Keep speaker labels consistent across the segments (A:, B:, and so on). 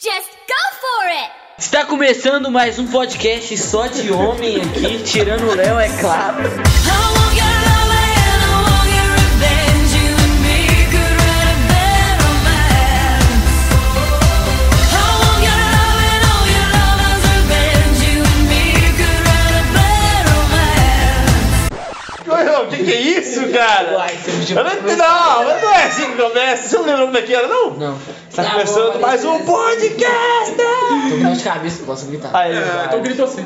A: Just go for it!
B: Está começando mais um podcast só de homem aqui, tirando o Léo, é claro.
C: O que, que é isso, cara?
B: Uai, temos de-
C: Eu não, não, mas não é assim que começa. Você não lembra como é que era, não?
B: Não.
C: Tá começando mais um podcast! né?
B: Tô com dor de cabeça, não posso gritar.
C: Aí, então gritou assim.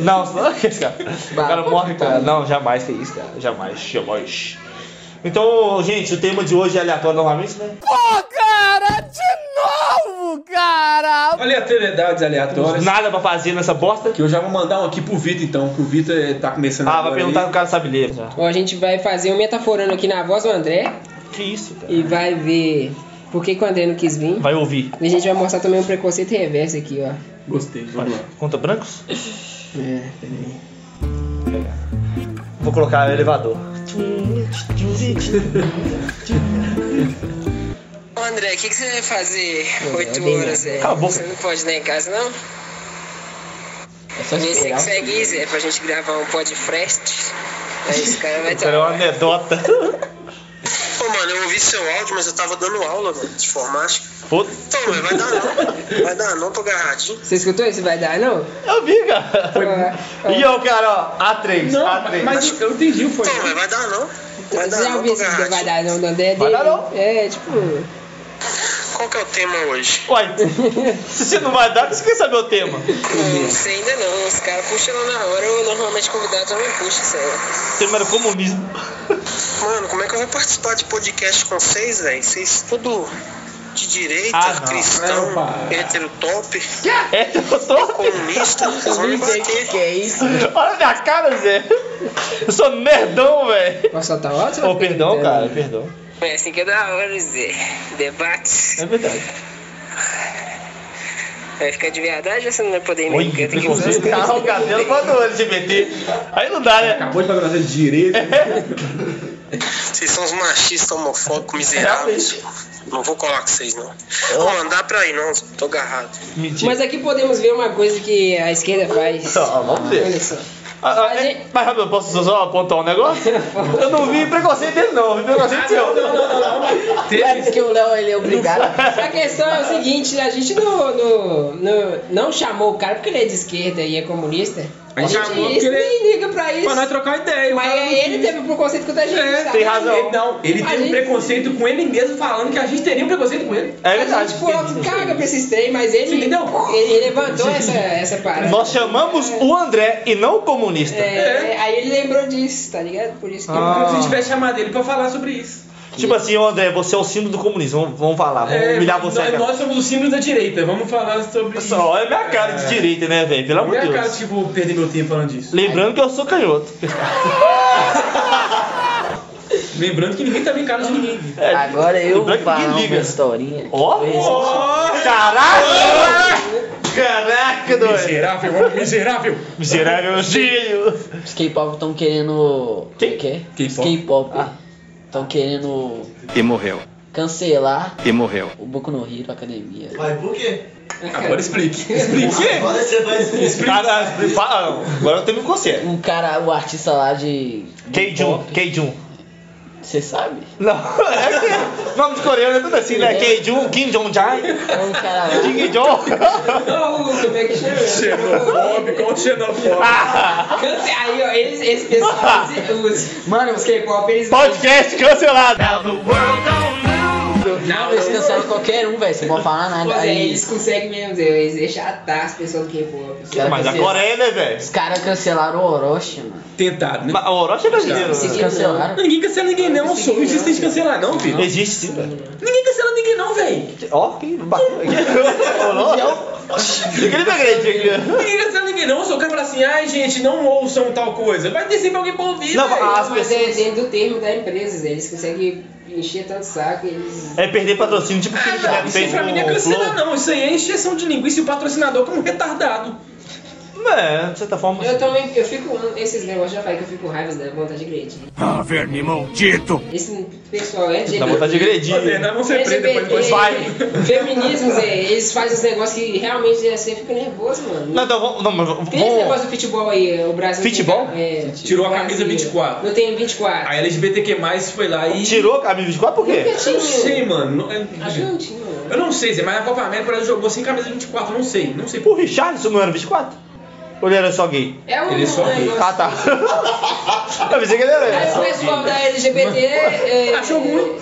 C: Não, senão que esse cara. O cara morre, cara. Não, jamais que isso, cara. Jamais, jamais. Então, gente, o tema de hoje é aleatório novamente, né?
D: Aleatoriedades aleatórias.
C: Nada pra fazer nessa bosta.
D: Que eu já vou mandar um aqui pro Vitor, então, que o Vitor eh, tá começando
C: Ah,
D: agora
C: vai perguntar se o cara sabe ler.
E: Bom, a gente vai fazer um metaforando aqui na voz do André
C: Que isso, cara.
E: e vai ver por que, que o André não quis vir.
C: Vai ouvir.
E: E a gente vai mostrar também um preconceito reverso aqui, ó.
D: aí. Gostei, vamos lá.
C: Conta brancos?
E: É, peraí.
C: Vou colocar o elevador.
E: André, o que, você vai fazer
B: oito
E: 8
B: horas,
E: Zé?
C: Cala a boca. Você
E: não pode ir em casa, não?
B: É só esperar.
E: seguir, Zé, pra gente gravar um podcast. Aí esse cara vai
C: Era uma anedota.
F: Pô, mano, eu ouvi seu áudio, mas eu tava dando aula, mano, de informática.
C: Puta.
F: Então, mas vai dar não. Vai dar não, tô agarradinho.
E: Você escutou isso? Vai dar, não?
C: Eu vi, cara.
E: Foi-
C: E eu, cara, ó, A3, A3.
D: mas eu entendi, foi.
F: Então, mas vai dar não. Vai
E: Você
F: dar
E: já
F: não, tô
E: ouviu esse vai
F: agarradinho.
E: dar, não, do André?
C: Vai
E: dele?
C: dar, não.
E: É, tipo...
F: Qual que é o tema hoje?
C: Uai, se você não vai dar, você quer saber o tema?
E: Não sei ainda não, os caras puxam lá na hora, eu normalmente convidado também puxa, sério.
C: O tema era comunismo.
F: Mano, como é que eu vou participar de podcast com vocês, velho? Vocês tudo de direita,
C: Ah, não.
F: cristão,
D: Opa.
F: heterotop,
C: É, eu tô.
F: comunista, vocês vão me bater.
E: é isso.
C: Olha a minha cara, Zé. Eu sou nerdão, velho.
E: Posso soltar ótimo?
C: Ô, Oh, perdão, cara, perdão.
E: É assim que é da hora, Zé. Debate.
C: É verdade.
E: Vai ficar de verdade ou você não vai poder ir
C: Oi, preconceito.
E: tá?
C: Ah, o cabelo mandou LGBT. Aí não dá, né?
D: Acabou de falar de direito.
F: Vocês são uns machistas, homofóbicos, miseráveis. Não vou colar com vocês, não. Vou mandar pra aí, não. Tô agarrado.
C: Mentira. Então,
E: Mas aqui podemos ver uma coisa que a esquerda faz.
C: Ó, vamos ver.
E: Olha só.
C: Ah, ah,
E: Mas,
C: é-
E: gente-
C: Mas, Rabelo, posso só- só apontar um negócio? Eu não vi preconceito dele, não. Eu vi preconceito seu.
E: É porque o Léo ele é obrigado. a questão é o seguinte, a gente não, não, não, não chamou o cara porque ele é de esquerda e é comunista. A gente
D: chamou
E: isso,
D: porque ele-
C: é-
E: nem liga pra isso.
D: pra nós trocar ideia. o
E: Mas
D: cara não
E: ele
D: quis.
E: teve um preconceito contra a gente.
D: É,
E: sabe?
C: tem razão.
D: Ele não, ele
E: A
D: tem um
E: gente-
D: preconceito com ele mesmo, falando que a gente teria um preconceito com ele.
C: É
E: a
C: verdade.
E: gente pô, caga pra esses trem, mas ele,
D: Entendeu?
E: ele levantou essa, essa parada.
C: Nós chamamos o André e não o comunista.
E: É, aí ele lembrou disso, tá ligado? Por isso que
C: Ah.
D: Como se a gente tivesse chamado ele pra falar sobre isso.
C: Tipo assim, ô, André, você é o símbolo do comunismo. Vamos, vamos falar, vamos humilhar você.
D: É, nós,
C: cara.
D: nós somos os símbolos da direita, vamos falar sobre
C: Olha só, olha a minha cara de direita, né, velho? Pelo amor de
D: Minha cara,
C: Deus.
D: tipo, perder meu tempo falando disso.
C: Lembrando que eu sou canhoto.
D: Lembrando que ninguém tá brincando de ninguém.
C: É,
G: Agora eu vou
C: lembrando que
G: falar
C: ninguém
G: uma
C: liga.
G: historinha.
C: Ó! Ó, Caraca! Caraca, doido!
D: Miserável, olha o miserável.
C: Miserável gênio!
G: Os K-pop estão querendo.
C: Quem?
G: Quem que é? Os
D: K-pop.
G: K-pop estão querendo
H: E morreu.
G: cancelar
H: E morreu.
G: o Boku no Hero Academia.
D: Agora explique. Explique.
C: Cara, fala- não, agora eu tenho que você.
G: Um cara, o artista lá de.
C: Keijun, Keijun.
G: Você sabe?
C: Não, é que nome de coreano é tudo assim, né? Keijun, Kim Jong-jai,
G: É um cara lá.
C: Kim Jong.
E: Não, como é que chama?
D: Xenofóbico, olha o xenofóbico.
E: Cance- Aí, ó, eles, esse pessoal, os, os- mano, os K-pop, eles.
C: Podcast cancelado!
G: Não, eles cancelaram qualquer um, velho. Você não pode falar
C: Ah,
E: Pois
G: nada.
E: é,
G: Aí
E: eles conseguem mesmo, Zé, eles deixam atar as pessoas do
G: os
E: K-pop.
G: caras
C: Mas a
G: cancelaram-
C: Coreia, né, velho?
G: Os caras cancelaram o Orochi, mano.
D: Tentado, né?
C: Mas O Orochi é brasileiro.
G: Eles
C: né?
G: cancelaram.
D: Ninguém cancela ninguém, não. Sou um insistente em cancelar, não, filho.
C: Existe sim, velho.
D: Ninguém cancela ninguém, não, velho.
C: Ó, que bacana. Ele tá me agrediu.
D: Ninguém cancela ninguém, não. Se eu quero falar assim, ai, gente, não ouçam tal coisa. Vai ter sempre alguém pra ouvir,
C: Não,
D: velho.
C: as
E: Mas
C: pessoas.
E: é dentro do termo da empresa, Zé, eles conseguem encher tanto saco, eles.
C: É perder patrocínio, tipo o que o
D: Ah, não,
C: Neto
D: isso aí
C: fez com
D: pra mim não é
C: o
D: cancelar,
C: Flow.
D: não. Isso aí é encheção de linguiça e o patrocinador como um retardado.
C: É, de certa forma.
E: Eu também, eu fico, esses negócios já falei que eu fico com raiva, dá vontade de agredir.
A: Ah, verme maldito!
E: Esse pessoal é de
C: Dá vontade de agredir.
D: Fernando, você prende depois,
E: LGBT,
D: depois
C: vai.
E: Feminismos, é, eles fazem os negócios que realmente é, você fica nervoso, mano.
C: Não, então vamos. Não, mas vamos-
D: é
E: Tem esse negócio do futebol aí, o Brasil.
C: Futebol?
E: É,
D: Tirou a
E: o
D: camisa 24.
E: Não tem 24.
D: A LGBTQ+, foi lá e...
C: Tirou a camisa 24 por quê?
E: Nunca
D: Eu não sei,
E: tinha.
D: mano. Não- é,
E: Acho que Ah, não tinha.
D: Eu não sei, Zé, mas na Copa América o Brasil jogou sem camisa 24, não sei. Não sei
C: O Richardson não era 24? Ou ele era só gay?
E: É um
D: Ele só
E: negócio. assim.
C: Ah, tá. Eu pensei que ele
E: Aí o
C: era.
E: pessoal da LGBT é,
D: Achou ruim.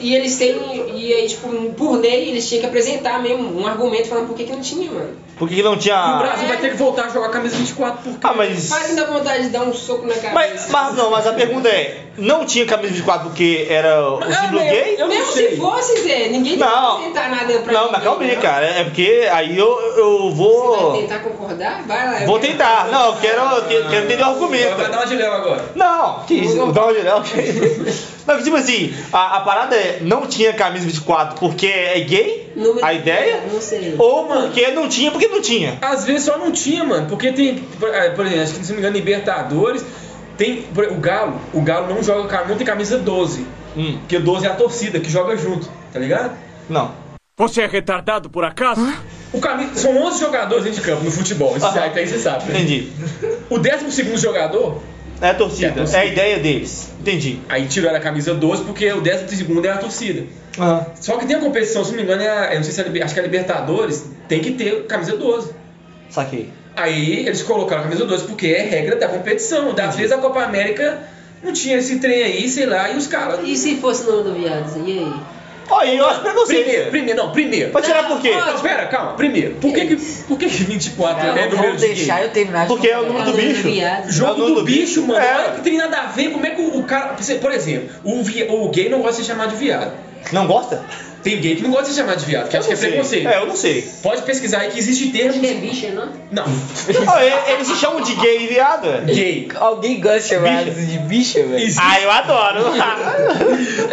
E: E eles têm. E aí, tipo, por lei, eles tinham que apresentar mesmo um argumento falando por que, que não tinha, mano.
C: Por que que não
D: E o
C: tinha.
E: É.
D: Brasil vai ter que voltar a jogar camisa 24 por
C: Ah, mas.
E: Faz ainda vontade de dar um soco na
C: Mas,
E: cabeça.
C: mas não, mas a pergunta é: não tinha camisa 24 porque era o símbolo gay?
D: eu não
E: mesmo
D: sei.
E: se fosse, Zé, ninguém tem que
C: Não.
E: apresentar nada pra
C: Não,
E: ninguém,
C: mas calma aí,
E: não.
C: cara. É porque aí eu, eu
E: Você vai
C: vou.
E: tentar concordar? Vai lá. eu
C: Vou
E: quero-
C: tentar. Não, eu quero, eu quero quero entender o
D: Ela vai dar
C: argumento.
D: uma de Léo agora.
C: Não, que isso? Não, não, não. Não, tipo assim, a, a parada é: não tinha camisa 24 porque é gay?
E: Número-
C: A ideia?
E: Não sei.
C: Ou porque não tinha porque não tinha?
D: Às vezes só não tinha, mano. Porque tem, por ah, por exemplo, acho que se não me engano, Libertadores, tem por- o Galo. O Galo não joga, cam- não tem camisa 12.
C: Hum,
D: Porque 12 é a torcida que joga junto, tá ligado?
C: não.
A: Você é retardado por acaso?
D: O cami- São 11 jogadores dentro de campo no futebol, isso
C: Aham.
D: aí que aí você sabe. né?
C: Entendi.
D: O 12 jogador,
C: É a
D: É a
C: torcida.
D: torcida.
C: É a ideia deles. Entendi.
D: aí tiraram a camisa 12 porque o 12 é a torcida.
C: Aham.
D: Só que tem a competição, se não me engano, é a, eu não sei se é a, Liber- acho que é a Libertadores, tem que ter camisa 12.
C: Saquei.
D: Aí eles colocaram a camisa 12 porque é regra da competição. Às vezes a Copa América não tinha esse trem aí, sei lá, e os caras.
E: E se fosse o nome do viado, Zé? E aí?
C: Olha, eu acho preconceito.
D: Primeiro, primeiro, não, primeiro.
C: Pra tirar por quê?
D: Não, espera, calma, primeiro. Por que, que, por que que 24 é
G: Não
D: número
G: vão
D: de gay?
G: deixar eu terminar de
C: Porque é o
G: concordar.
C: número do bicho.
E: viado.
C: É o
D: Jogo
C: nome
D: do
C: do
D: bicho,
C: bicho,
D: mano.
C: é.
D: Olha que tem nada a ver. Como é que o, o cara. Por exemplo, o, vi- o gay não gosta de ser chamado de viado.
C: Não gosta?
D: Tem gay que não gosta de ser chamado de viado, porque acha que é
C: Eu não sei.
D: preconceito.
C: É, eu não sei.
D: Pode pesquisar aí que existe
E: Acho que é
D: termo.
E: bicha, não?
D: Não,
C: Ó, e- Eles se chamam de gay e viado, é?
D: gay.
G: Alguém gosta de chamar
C: Bicha.
G: de bicha, velho?
D: Existe
C: Ah, eu adoro.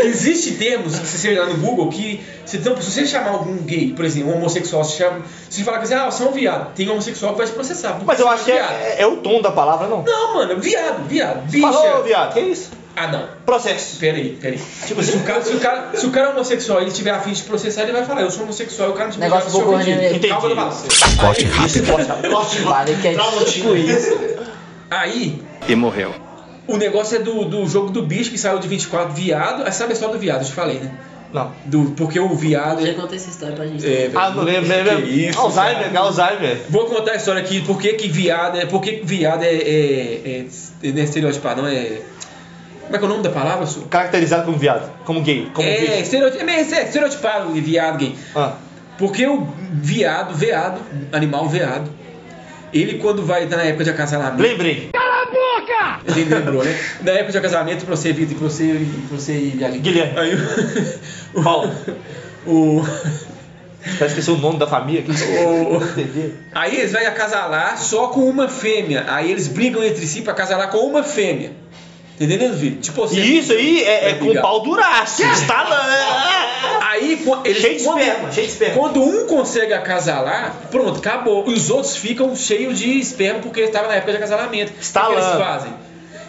D: Existe termos, se você olhar no Google, que se, então, se você chamar algum gay, por exemplo, um homossexual, se chama, se falar que você, ah, você é um viado, tem homossexual que vai te processar. porque
C: Mas eu
D: você
C: acho que
D: um viado.
C: é, é o tom da palavra, não.
D: Não, mano, é viado, viado, bicha.
C: Falou, viado. Que isso?
D: Ah, não.
C: Processo.
D: Peraí, peraí. Tipo, se o cara, se o cara, se o cara é homossexual e ele tiver afim de te processar, ele vai falar, eu sou homossexual e o cara te
G: Negócio
D: processa, eu sou
G: bobo, né?
D: ofendido.
C: Entendi.
D: Calma, eu falo.
A: Corte rápido.
C: Corte
G: Parei que é tipo isso.
D: Aí,
A: E morreu.
D: o negócio é do, do jogo do bicho que saiu de 24, viado. Aí sabe a história do viado, eu te falei, né?
C: Não.
D: Do, porque o viado.
E: Já conta essa história pra gente.
D: É,
C: Ah, não lembro. lembro.
D: Que isso,
C: Alzheimer, é
D: cara.
C: Alzheimer.
D: Vou contar a história aqui, por que que viado é. Por que que viado é. é, é, é não é estereotipado, não é. Como é que é o nome da palavra, Su?
C: Caracterizado como viado. Como gay. Como
D: é,
C: bicho.
D: estereotipado, é, meio- é estereotipado de viado gay.
C: Ah.
D: Porque o viado, veado, animal veado, ele quando vai tá na época de acasalamento.
C: Lembrei.
D: Ele lembrou, né? Na época de acasalamento, pra você, Vitor, pra você, pra você e viado.
C: Guilherme.
D: Aí o.
C: Paulo.
D: O.
C: Já esqueci o nome da família aqui.
D: o
C: Entendeu?
D: Aí eles vão acasalar só com uma fêmea. Aí eles brigam entre si pra acasalar com uma fêmea. Entendendo, filho? Tipo assim.
C: E isso aí é, é com
D: Obrigado.
C: pau duraço. Estalando.
D: Aí qu- eles,
C: Cheio de
D: quando,
C: esperma, cheio de esperma.
D: Quando um consegue acasalar, pronto, acabou. E os outros ficam cheios de esperma porque eles estavam na época de acasalamento. O que que eles
C: Estalando.
D: fazem?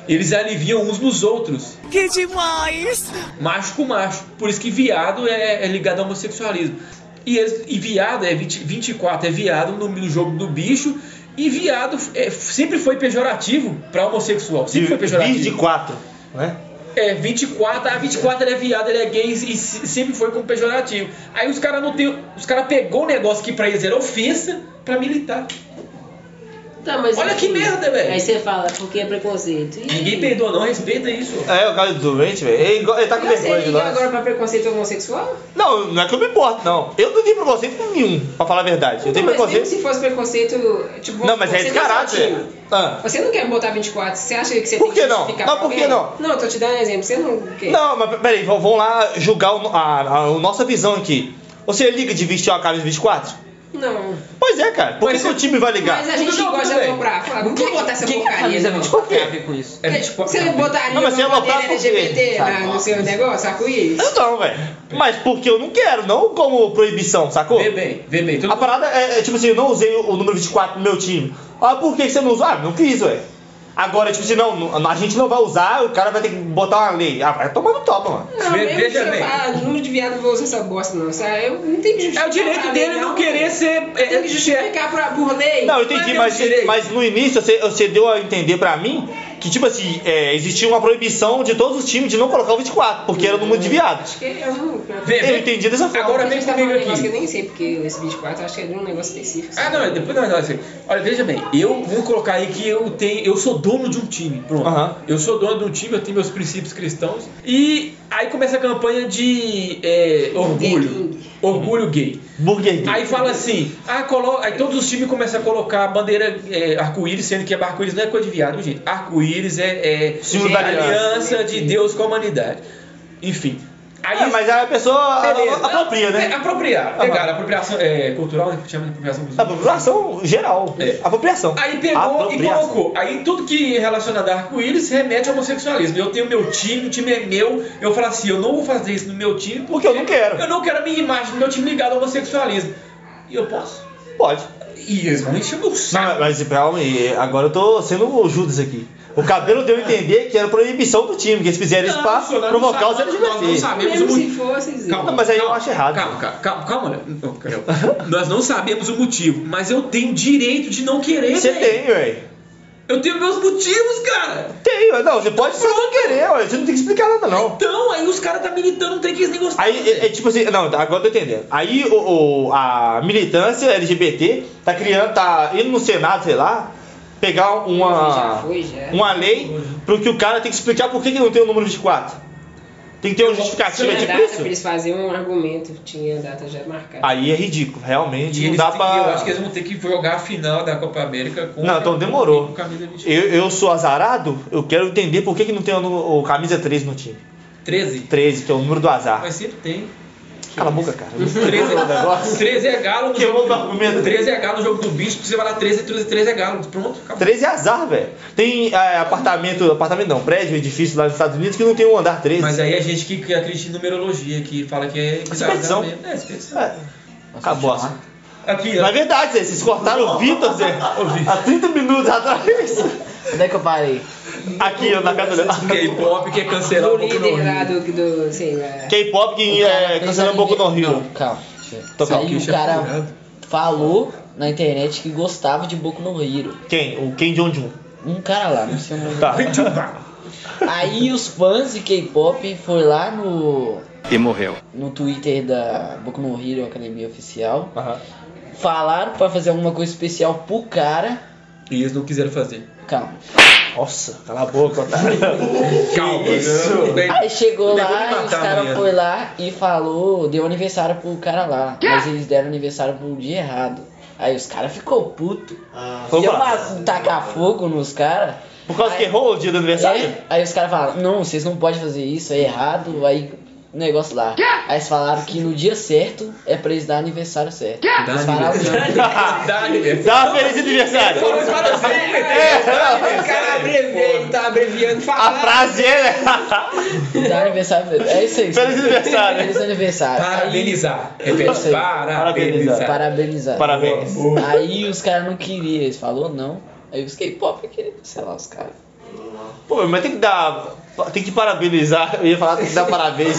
D: Eles aliviam uns nos outros.
A: Que demais!
D: Macho com macho. Por isso que viado é, é ligado ao homossexualismo. E, eles- e viado é 20 24, é viado no, no jogo do bicho. E viado é- sempre foi pejorativo pra homossexual.
C: assim
D: Sempre foi pejorativo.
C: 24, né?
D: É, 24, ah, 24 ele é viado, ele é gay e se- sempre foi como pejorativo. Aí os caras não tem. Os caras pegou um negócio que pra eles era ofensa pra militar.
E: Tá, mas
D: Olha que merda, velho.
E: Aí você fala, porque é preconceito. E...
D: Ninguém perdoa, não, respeita isso.
C: É, o cara é doente, velho. Ele, go- ele tá com
E: E Você
C: vergonha de
E: liga
C: nós.
E: agora pra preconceito homossexual?
C: Não, não é que eu me importo, não. Eu não tenho preconceito com nenhum, pra falar a verdade. Eu tenho
E: Não, mas mesmo
C: preconceito.
E: se fosse preconceito, tipo,
C: Não, mas é
E: você
C: descarado,
E: tá certinho.
C: velho. Ah.
E: Você não quer botar 24, você acha que você
C: Por
E: tem
C: que
E: que
C: não?
E: justificar
C: Não,
E: pra
C: por que
E: alguém?
C: não?
E: Não, eu tô te dando um exemplo, você não quer.
C: Não, mas peraí, vamos vamos lá julgar o- a, a- a nossa visão aqui. Você é liga de vestir uma camisa 24?
E: Não.
C: Pois é, cara. Por que
D: Mas
C: seu
D: eu-
C: time vai ligar?
E: Mas é a gente
D: Não,
E: gosta
D: tudo
E: de
D: bem.
E: comprar. Fala, não vou botar essa
G: Quem que é a
E: porcaria.
G: camisa
E: não.
G: 24
C: quê?
G: tem a ver com isso?
D: É 24.
E: Você é tá botaria
C: Não, mas você ia
E: uma
C: botar
E: bandeira
C: por quê?
E: LGBT na-
G: Sabe?
E: no seu negócio, sacuí?
C: Eu não, velho. Mas porque eu não quero, não como proibição, sacou?
D: Vê bem, vê bem. Tudo
C: A parada é, é, tipo assim, eu não usei o número 24 no meu time. Ah, por que que você não usou? Ah, não quis, ué. Agora, tipo assim, não, não- a gente não vai usar, o cara vai ter que botar uma lei. Ah, vai tomar no topa, mano.
E: Não,
D: Ve-
E: mesmo
D: veja
E: se eu
D: bem.
E: falar, número de viado, não vou usar essa bosta, não. Sabe? Eu não tenho que
D: É
E: justificar.
D: o direito
E: pra
D: dele
E: mim,
D: não querer ser. é-
E: Tem que
D: é- ser-
E: justificar pra, por lei.
C: Não, eu entendi,
D: Mas
C: mas,
D: é um direito.
C: mas no início você, você deu a entender pra mim que, tipo assim, é, existia uma proibição de todos os times de não colocar o 24, porque era do mundo de viados.
E: Acho que eu não. pra-
D: Vê,
C: Eu entendi dessa forma.
D: Uhum. Agora
E: a
D: vem
E: gente tá
D: comigo
E: falando um negócio que eu
D: aqui.
E: nem sei porque esse 24, acho que é de um negócio específico.
D: Ah,
E: sabe?
D: não, depois nós nós assim. Olha, veja bem, eu vou colocar aí que eu tenho, eu sou dono de um time, pronto.
C: Aham.
D: Eu sou dono de um time, eu tenho meus princípios cristãos. E aí começa a campanha de é, orgulho,
E: King.
D: orgulho gay.
C: Burger King.
D: Aí fala assim, ah, colo... aí todos os times começam a colocar a bandeira é, arco-íris, sendo que arco-íris não é coisa de viado, viu, gente. Arco-íris é, é
C: Símbolo da aliança.
D: aliança de Deus com a humanidade. Enfim. Aí
C: É, mas aí a pessoa
D: Beleza.
C: a- apropria,
D: É,
C: né? É,
D: apropriar. Pegaram apropriação é, cultural, né? Que chama de apropriação cultural.
C: Apropriação geral.
D: É.
C: Apropriação.
D: Aí pegou e
C: Apropriação.
D: colocou. Aí tudo que é relacionado a arco-íris remete ao homossexualismo. Eu tenho meu time, o time é meu. Eu falo assim, eu não vou fazer isso no meu time
C: Porque eu não quero.
D: eu não quero a minha imagem do meu time ligado ao homossexualismo. E eu posso?
C: Pode.
D: E eles vão encher meu saco.
C: Não, mas calma aí, agora eu tô sendo o Judas aqui. O cabelo deu a entender que era proibição do time, que eles fizeram isso
D: Não,
C: pra
D: senhor, nós não
C: provocar os
D: sabe- nós não
C: LGBT.
D: sabemos
E: Mesmo
D: o
E: se
D: motivo.
E: fosse. Zé.
C: Não, mas aí eu acho errado.
D: Calma, calma, calma, calma. né? Não, Carol. Nós não sabemos o motivo, mas eu tenho direito de não querer.
C: Você
D: velho.
C: tem, ué.
D: Eu tenho meus motivos, cara.
C: Tem, ué. Não, você pode só não querer, ué. Você não tem que explicar nada, não.
D: Então, aí os caras tá militando um trem que eles nem gostaram.
C: Aí é, é tipo assim, não, tá, agora eu tô entendendo. Aí o, o- a militância LGBT tá criando, tá indo no Senado, sei lá, pegar
E: Já
C: uma,
E: foi, já. é.
C: uma lei pro que o cara tem que explicar por que, que não tem o número 24. Tem que ter uma justificativa,
E: Tinha
C: é tipo
E: data pra
C: isso.
E: eles fazerem um argumento. Tinha data já marcada.
C: Aí é ridículo, realmente.
D: E
C: não
D: eles
C: dá
D: têm
C: pra.
D: que- Eu acho que eles vão ter que jogar a final da Copa América com
C: Não, então demorou.
D: com camisa 23.
C: Eu, eu sou azarado, eu quero entender por que, que não tem o, nu- o camisa 13 no time.
D: 13.
C: 13, que é o número do azar.
D: Mas sempre tem.
C: Cala a boca, cara.
D: 13
C: é o negócio.
D: 13 é galo no
C: Que
D: jogo.
C: outro argumento?
D: 13 é galo no jogo do bicho, você vai lá 13, 13, 13 é galo. Pronto, acabou.
C: 13 é azar, velho. Tem é, apartamento, apartamento não, prédio, edifício lá nos Estados Unidos que não tem um andar 13.
D: Mas aí a gente que, que acredita em numerologia, que fala que é.
C: Superstição.
D: É, superstição.
C: É, acabou. a-
D: Aqui,
C: Na
D: ó.
C: é verdade, Zé, vocês cortaram o Vitor, Zé, há 30 minutos atrás.
G: Onde é que eu parei?
C: Aqui, ó, na casa dela.
D: é K-pop quer cancelar
E: Do
D: o Boku no
E: líder lá
D: Hero.
E: do, do. sei lá.
C: K-pop que é, cancelou um pouco no Rio.
G: Não, calma. deixa eu-
C: Tocar o
G: Aí o
D: queixo
G: cara
D: apurado.
G: falou na internet que gostava de Boku no Hero.
C: Quem? O Ken Jong-un.
G: Um cara lá, não sei o nome.
C: Tá.
G: Aí os fãs de K-pop foi lá no
A: E morreu.
G: no Twitter da Boku no Hero Academia Oficial.
C: Aham.
G: Falaram pra fazer alguma coisa especial pro cara.
D: E eles não quiseram fazer.
G: Calma.
C: Nossa, cala a boca, tá. otário.
D: Calma,
C: isso?
D: né?
G: Aí chegou
D: Negou me
G: lá e os
D: matar amanhã.
G: caras foi lá e falou, deu aniversário pro cara lá. Mas eles deram aniversário pro dia errado. Aí os caras ficou puto.
C: Vamos
G: Deu
C: lá.
G: uma tacar fogo nos caras.
C: Por causa que errou o dia do aniversário?
G: É, aí os caras falaram, não, vocês não podem fazer isso, é errado, aí o negócio lá. Aí eles falaram que no dia certo é pra eles dar aniversário certo. Eles falaram,
D: né?
G: né?
D: Dá-lhe, né? velho.
C: Dá uma feliz aniversário!
D: assim, né? É,
E: O cara abrevia, ele tá abreviando
C: A
E: falar.
C: frase é né?
G: não, dá aniversário certo. É isso aí.
C: Feliz aniversário.
G: Feliz
D: Tá,
G: aniversário.
D: Parabenizar. Repete,
G: Sei. Aí,
D: parabenizar.
G: parabenizar.
C: Parabéns.
G: Aí os caras não queriam, eles falaram "Oh, não. Aí os K-pop queriam, sei lá, os caras.
C: Pô, mas tem que dar. Tem que parabenizar. Eu ia falar, tem que dar parabéns.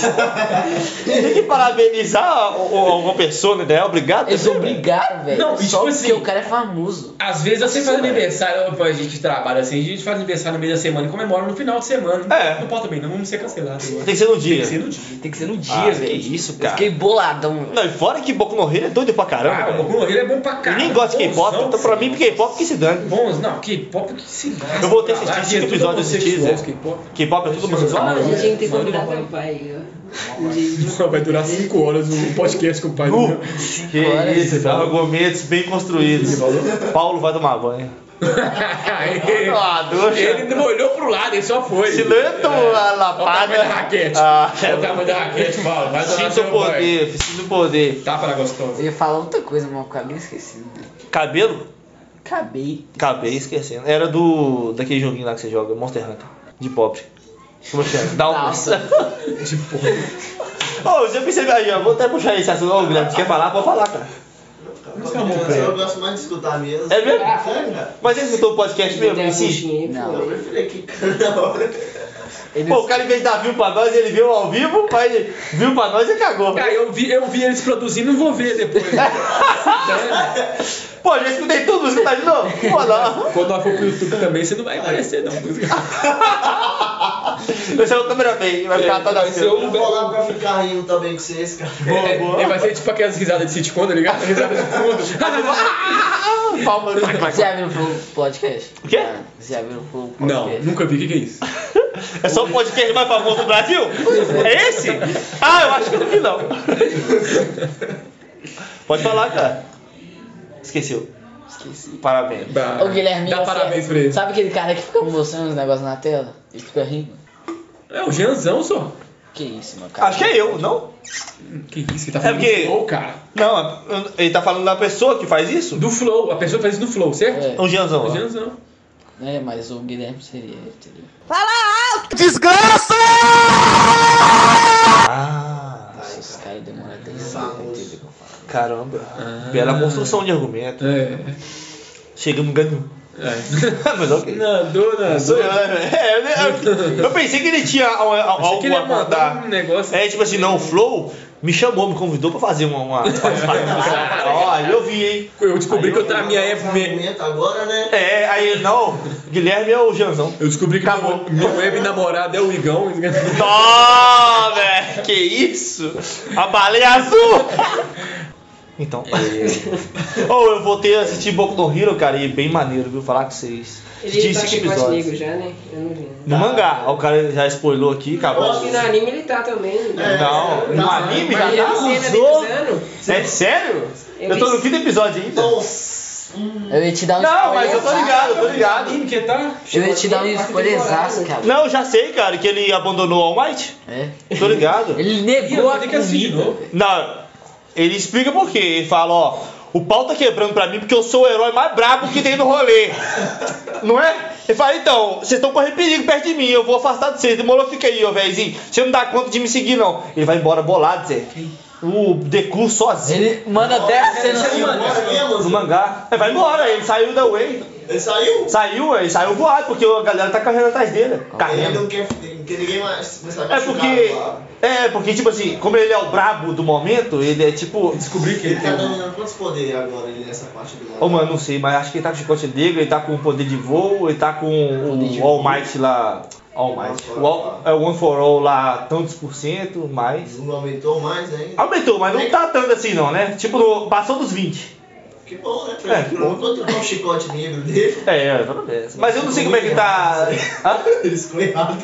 C: tem que parabenizar o- o- alguma pessoa, né? Daniel? Obrigado.
G: Eles
C: também, velho.
G: obrigaram, velho.
D: Não, e
G: só
D: tipo
G: porque
D: assim-
G: o cara é famoso.
D: Às vezes você faz aniversário, pô, a gente trabalha assim, a gente faz aniversário no meio da semana e comemora no final de semana.
C: É.
D: Não pode também, não vamos ser cancelados. agora.
C: Tem que ser no
D: Tem
C: dia.
D: que ser no dia.
G: Tem que ser no dia,
C: Ah,
G: velho. Tipo,
C: que isso,
G: Eu
C: cara.
G: fiquei boladão.
C: Não, e fora que Boku no Hero é doido pra caramba.
D: Ah, o
C: velho.
D: Boku no Hero é bom pra caralho.
C: Ninguém gosta de K-pop,
D: Bonzão,
C: então pra mim, K-pop que se dane.
D: Bons, não, K-pop é que se lasca.
C: Eu vou ter que
D: Ah,
C: assistir
D: é
C: cinco
D: tudo
C: episódios desse
D: homossexual,
C: teaser.
D: K-pop.
C: K-pop é tudo homossexual?
E: Ah, a gente tinha que ter
D: Mano,
E: convidado
D: mano.
E: meu pai. ó. Um dia-
D: Vai durar 5 horas o podcast com o pai
C: Nu.
D: do meu.
C: Que
G: Olha
C: isso,
D: isso,
C: argumentos bem construídos. Paulo vai tomar banho. Ah, doxa.
D: Ele não olhou pro lado, ele só foi.
C: Se não eu tomo a
D: Olha É. o
C: lapada.
D: tamanho da raquete.
C: Ah,
D: Olha o tamanho da raquete, Paulo. Vai tomar
C: Sinto
D: seu Tá
C: o
D: banho.
C: poder, sinto poder.
D: Tapa na gostosa.
G: Eu ia falar outra coisa, mas eu acabei esquecendo.
C: Cabelo?
G: Acabei.
C: Acabei esquecendo. Era do. daquele joguinho lá que você joga, Monster Hunter. De pobre. Como chama? Downers.
G: Nossa.
D: De porra.
C: Ô, já percebeu aí, ó. Vou até puxar esse assunto. Ô, Guilherme, você quer falar? Pode falar, cara.
D: Isso é
C: amo o
H: Eu
C: Breno.
H: gosto mais de escutar mesmo.
C: É mesmo?
H: Sério, cara?
C: Mas ele escutou o podcast mesmo?
E: Tem a
C: Insiste.
E: coxinha aí,
G: Não.
E: pô.
H: Eu prefiro aqui, cara, na hora.
G: Eles-
C: Pô, o cara em vez de dar view pra nós, ele viu ao vivo, mas ele viu pra nós e cagou.
D: Cara, eu vi, eu vi eles produzindo e vou ver depois. Né?
C: Pô, já escutei tudo, vou escutar de novo? Pô, não.
D: Quando nós for pro YouTube também, você não vai aparecer, não.
C: Esse é o câmera bem, vai ficar toda
D: Vai ser
C: assim.
D: um...
H: Eu vou lá pra ficar rindo também com vocês, cara.
D: É, é, vai ser tipo aquelas risadas de sitcom, tá ligado? Risada de fundo.
C: Palma.
G: Você já viu pro podcast?
C: O quê?
G: Ah, Você já viu pro podcast?
D: Não, nunca vi. O que, que é isso?
C: É só o podcast mais famoso do Brasil? É esse? Ah, eu acho que não vi não. Pode falar, cara. Esqueceu. Esqueci. Parabéns.
D: Bah,
G: Ô Guilherme,
D: Dá
G: você-
D: parabéns pra ele.
G: Sabe aquele cara que fica mostrando os negócios na tela? E fica rindo?
D: É o Jeanzão só.
G: Que isso, meu cara?
C: Acho que é eu, não?
D: Que isso, ele tá
C: É
D: falando
C: porque-
D: do Flow, cara.
C: Não, ele tá falando da pessoa que faz isso?
D: Do Flow, a pessoa faz isso no Flow, certo?
G: É,
C: Um Gianzão.
D: O
C: ó.
D: Jeanzão.
G: né, mas o Guilherme seria ele, entendeu?
C: Ah,
G: Nossa, os caras demoram até isso.
H: Famoso.
C: caramba. Bela construção de argumento.
D: É.
C: Chegamos ganhando.
D: é.
C: Mas ok.
D: Nadou,
C: Sou
D: nadou.
C: eu, né? É, eu, eu- eu pensei que ele tinha al- al-
D: Achei
C: algo
D: que ele
C: a
D: ia mandar
C: mandar.
D: um negócio.
C: É tipo assim, não, o Flow me chamou, me convidou pra fazer uma. uma participação. Ó, aí eu vi, hein?
D: Eu descobri que eu tava minha
C: um
D: época. minha-
H: Momento agora, né?
C: É, aí não, Guilherme é o Janzão.
D: Eu descobri que
C: Acabou. Tá
D: meu, meu web namorado é o Igão.
C: Nó, velho, que isso? A baleia azul! Então.
E: É.
C: Ou eu voltei a assistir Boku no Hero, cara, e é bem maneiro, viu? Falar com vocês.
E: Ele tá
C: Assisti
E: com
C: cinco
E: chicote negro
C: episódios.
E: já, né? Eu não vi. né?
C: No mangá, ó, o cara já spoilou aqui, acabou.
E: Acho que no anime ele tá também. né?
C: Não, no anime já
E: Mas ele
C: tá
E: cena
C: usou.
E: deles
C: É sério?
E: Eu
C: Eu tô no
E: disse-
C: quinto episódio ainda.
H: Nossa. Hum.
G: Eu ia te dar um
C: Não, mas eu tô
G: spoilerzaço.
C: ligado, eu tô ligado. é tipo
D: Anime que tá?
G: Eu ia te dar um spoilerzaço, cara.
C: Não, eu já sei, cara, que ele abandonou o All Might.
G: É.
C: Tô ligado.
G: Ele negou a
D: Tem que assistir de
G: comida.
D: novo.
C: Não, ele explica por quê. Ele fala, ó, o pau tá quebrando pra mim porque eu sou o herói mais brabo que tem no rolê. não é? Ele fala, então, vocês estão correndo perigo perto de mim, eu vou afastar de vocês. Demorou, fica aí, ô véizinho. Você não dá conta de me seguir, não. Ele vai embora bolado, Zé. O Deku sozinho.
G: Ele manda até a cena
H: Ele saiu
G: assim.
H: embora mesmo?
C: No mangá. Ele vai embora, ele saiu da Way.
H: Ele saiu?
C: Saiu, ele saiu voado, porque a galera tá carregando atrás dele.
H: Ele
C: Carrega.
H: não quer, não quer ninguém mais. Não sabe
C: É porque. É, porque, tipo assim, como ele é o brabo do momento, ele é tipo.
D: Descobri que
H: Ele
D: ele
H: tá
D: tem.
H: dominando quantos poderes agora ele nessa parte do mangá?
C: Ô, mano, não sei, mas acho que ele tá com chicote negro, ele tá com o poder de voo, ele tá com o All Might lá. All Might. O All, é o One for All lá, tantos por cento, mais.
H: Não aumentou mais ainda.
C: Aumentou, mas não tá tanto assim não, né? Tipo, no- passou dos 20.
H: Que bom,
C: É,
H: né?
C: que
H: Porque
C: bom.
H: eu vou trocar o chicote negro dele.
C: É, é, pelo menos. Mas eu não sei como é que tá. Hã?
H: Ele ficou errado.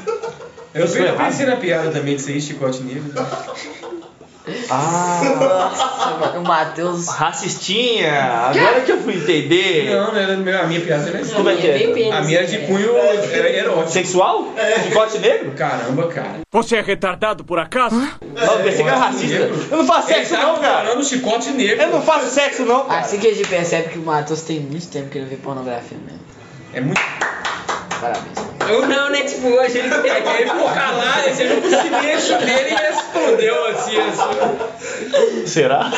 D: Eu
C: Isso é
D: eu
C: errado.
D: pensei na piada também disso aí, chicote negro.
C: Ah,
G: O Matheus.
C: racistinha, agora que eu fui entender.
D: Não, não era meu- a minha piada não é essa.
C: Como é que é?
D: A minha era de punho era erótico.
C: Sexual?
D: É.
C: Chicote negro?
D: Caramba, cara.
A: Você é retardado por acaso?
D: É,
C: Não, eu pensei que era racista. Eu não faço
D: um Ele
C: sexo
D: tá
C: não, cara.
D: comparando chicote negro.
C: Eu não faço sexo não, cara.
G: Assim que a gente percebe que o Matheus tem muito tempo que ele vê pornografia mesmo.
D: É muito.
G: Parabéns. mano.
E: Ou não, né? Tipo, hoje ele
D: É que ele ficou calado, ele não conseguiu responder e respondeu assim, assim.
C: Será?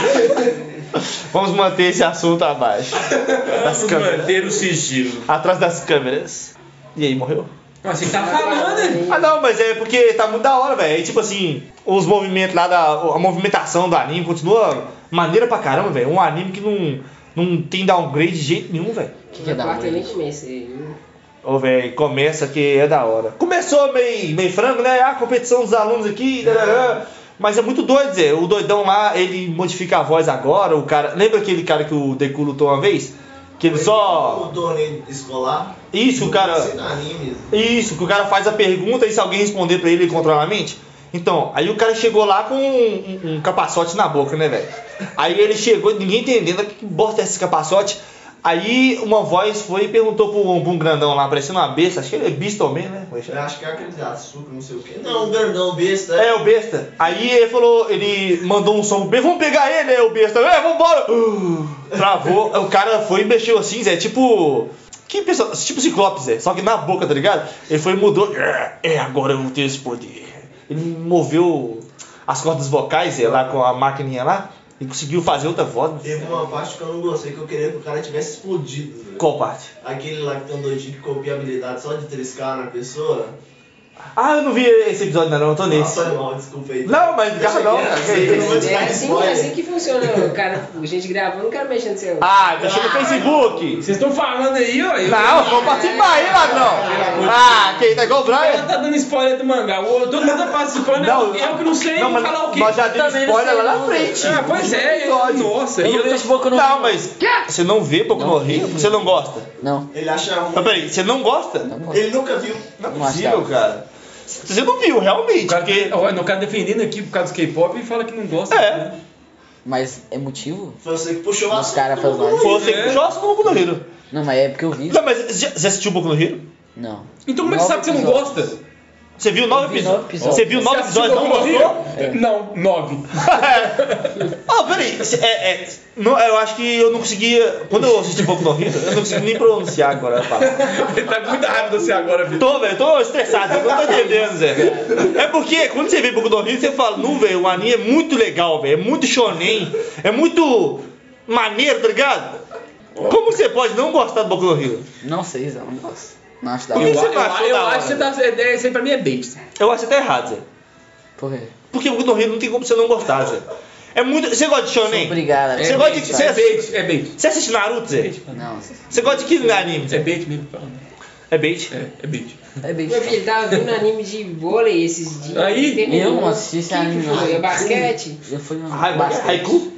C: Vamos manter esse assunto abaixo. Das
D: Vamos
C: câmeras.
D: manter o sigilo.
C: Atrás das câmeras. E aí, morreu?
D: Mas você tá falando, né?
C: Ah não, mas é porque tá muito da hora, velho. E, Tipo assim, os movimentos lá da. A movimentação do anime continua maneira pra caramba, velho. Um anime que não, não tem downgrade de jeito nenhum, velho.
G: O que, que é
E: Na
G: da
E: quarta eu nem
G: mãe?
E: comecei. viu?
C: Ô, velho, começa que é da hora. Começou meio, meio frango, né? A competição dos alunos aqui. dadadã. Mas é muito doido, Zé. O doidão lá, ele modifica a voz agora. O cara. Lembra aquele cara que o Deku lutou uma vez? Que ele só.
H: O torneio escolar.
C: Isso, o cara.
H: Sem anime.
C: Isso, que o cara faz a pergunta e se alguém responder pra ele, ele controla a mente. Então, aí o cara chegou lá com um, um- um capaçote na boca, né, velho? Aí ele chegou, ninguém entendendo, que bosta é esse capaçote? Aí uma voz foi e perguntou pra um, pra um grandão lá, parecendo uma besta, acho que ele é besta também, né?
H: Eu acho que é aquele de açúcar, não sei o quê. Não, um grandão besta.
C: É, o besta. Aí ele falou, ele mandou um som pro besta, vamos pegar ele, é o besta, é, vambora! Uh, travou, o cara foi e mexeu assim, Zé, tipo. Que pessoa, tipo Ciclope, Zé, só que na boca, tá ligado? Ele foi e mudou, é, é, agora eu tenho esse poder. Ele moveu as cordas vocais, Zé, lá com a maquininha lá. Ele conseguiu fazer outra voz. né?
H: Teve uma parte que eu não gostei, que eu queria que o cara tivesse explodido. velho.
C: Qual parte?
H: Aquele lá que tem um doidinho que copia a habilidade só de triscar na pessoia.
C: Ah, eu não vi esse episódio ainda não, eu tô
H: Ah,
C: nesse.
H: foi mal, desculpa aí.
C: Não, mas garra não.
H: Deixa
C: que
H: quieto,
C: isso?
H: vou te
E: É
H: dar
E: assim,
H: spoiler.
E: é assim que funciona. O cara, a gente gravando, o cara mexendo seu.
C: Ah, tá cheio no Facebook.
D: Vocês estão falando aí, ó. eu-
C: Não, vou participar aí, ladrão. Ah, quem tá igual o Brian?
D: Ela tá dando spoiler do mangá. O outro não tá participando.
C: Não,
D: eu, eu que não sei
C: não, mas
D: falar o quê.
C: nós já demos
G: Também não
C: spoiler
G: sei
C: lá na
G: não,
C: frente.
D: Ah, pois é. eu-
C: Episódio.
D: Nossa.
G: Eu
D: e
G: não
D: eu tô-
G: vejo Boku no
C: Não, mas você não vê Boku no Hero? Você não gosta?
G: Não,
H: Ele acha ruim.
C: Mas peraí, você não gosta? Não
H: Ele nunca viu.
C: é
G: não
C: possível,
G: achava.
C: cara. Você não viu, realmente.
D: O cara, é
C: Porque...
D: olha, o cara defendendo aqui por causa do K-pop e fala que não gosta. né?
C: É.
G: mas é motivo?
H: Foi você que assim, puxou
G: Os caras fazem mais.
C: Foi você que
D: né?
C: puxou assim, o assunto do Boku no Hero.
G: Não, mas é porque eu vi.
C: Não, mas já- você assistiu Boku no Hero?
G: Não.
D: Então como é que
G: Nove
D: sabe que você não
G: episódios.
D: gosta?
C: Você viu nove
G: vi
C: episódios?
G: nove episódios.
C: Você viu nove
D: Você assistiu
C: episódios e não
D: Boku no
C: gostou? É.
D: Hero? Não, nove.
C: Ah, peraí, cê- é, é, não, eu acho que eu não conseguia. Quando eu assisti Boku no Hero, eu não consegui nem pronunciar agora a palavra.
D: Ele tá muito rápido assim agora, Vitor.
C: Tô, velho, eu tô estressado, eu não tô entendendo, Zé. É porque quando você vê Boku no Hero, você fala, não, velho, o anime é muito legal, velho, é muito shonen, é muito maneiro, tá ligado? Como você pode não gostar do Boku no Hero?
G: Não sei, Zé, não gosto. Não acho da
C: Por
D: Eu,
C: que
G: hora.
C: você
D: eu,
C: não achou
D: eu
C: da hora?
D: acho que você tá, é, isso aí pra mim é bait.
C: Eu acho até errado, Zé.
G: Por quê?
C: Porque Boku no Hero não tem como você não gostar, Zé. É muito. Você gosta de shonen?
G: Obrigada.
C: Você
G: é
C: gosta
G: bem,
C: de-
G: sabe?
D: É bait, é bait.
C: Você assiste Naruto, Zé?
D: assim?
G: Não,
C: Você gosta de que anime,
D: É
C: Zé?
D: bait mesmo. fala.
C: É bait?
D: É, é bait.
G: é bem.
E: Meu filho tava vendo anime de vôlei esses dias.
D: Aí,
E: Terminou.
G: eu não assisti esse
E: Que que
G: anime, não.
E: foi? É basquete?
G: Eu fui um no
C: Hai- Haiku?
E: O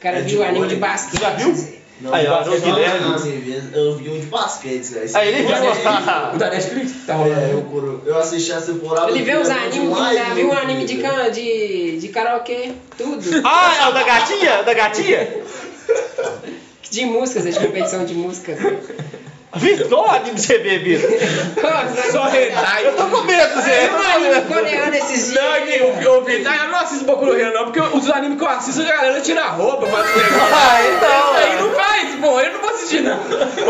E: cara
H: É de
E: viu o anime de
H: vôlei.
E: basquete.
C: Já viu?
H: Não,
C: Aí,
H: de
C: ó,
H: basquete
C: o Guilherme.
H: não, assim, Eu vi um de basquete, velho.
C: Aí ele vai
D: O
C: gostar.
D: da Netflix tá rolando.
H: É, eu, curo- eu assisti a temporada.
E: Ele vê os
H: eu vi
E: animes,
H: demais,
E: ele viu um
H: meu
E: anime de,
H: filho.
E: can, de, de karaokê, tudo.
C: Ah, é o da gatinha? É o da gatinha?
E: De músicas, é de competição de música.
C: Vitor, olha o anime que você vê, Vitor. É.
D: Só hentai.
C: Eu tô com medo,
H: É
C: Zé. Eu tô com
E: Olha,
C: medo.
E: coreano esses dias.
D: Não, aqui, eu, eu, vi- ah, eu não assisto Boku no Hero, não, porque os animes que eu assisto, a galera tira a roupa, faz os negócios.
C: Ah, então.
H: é.
D: Aí não faz, pô, eu não vou assistir, não.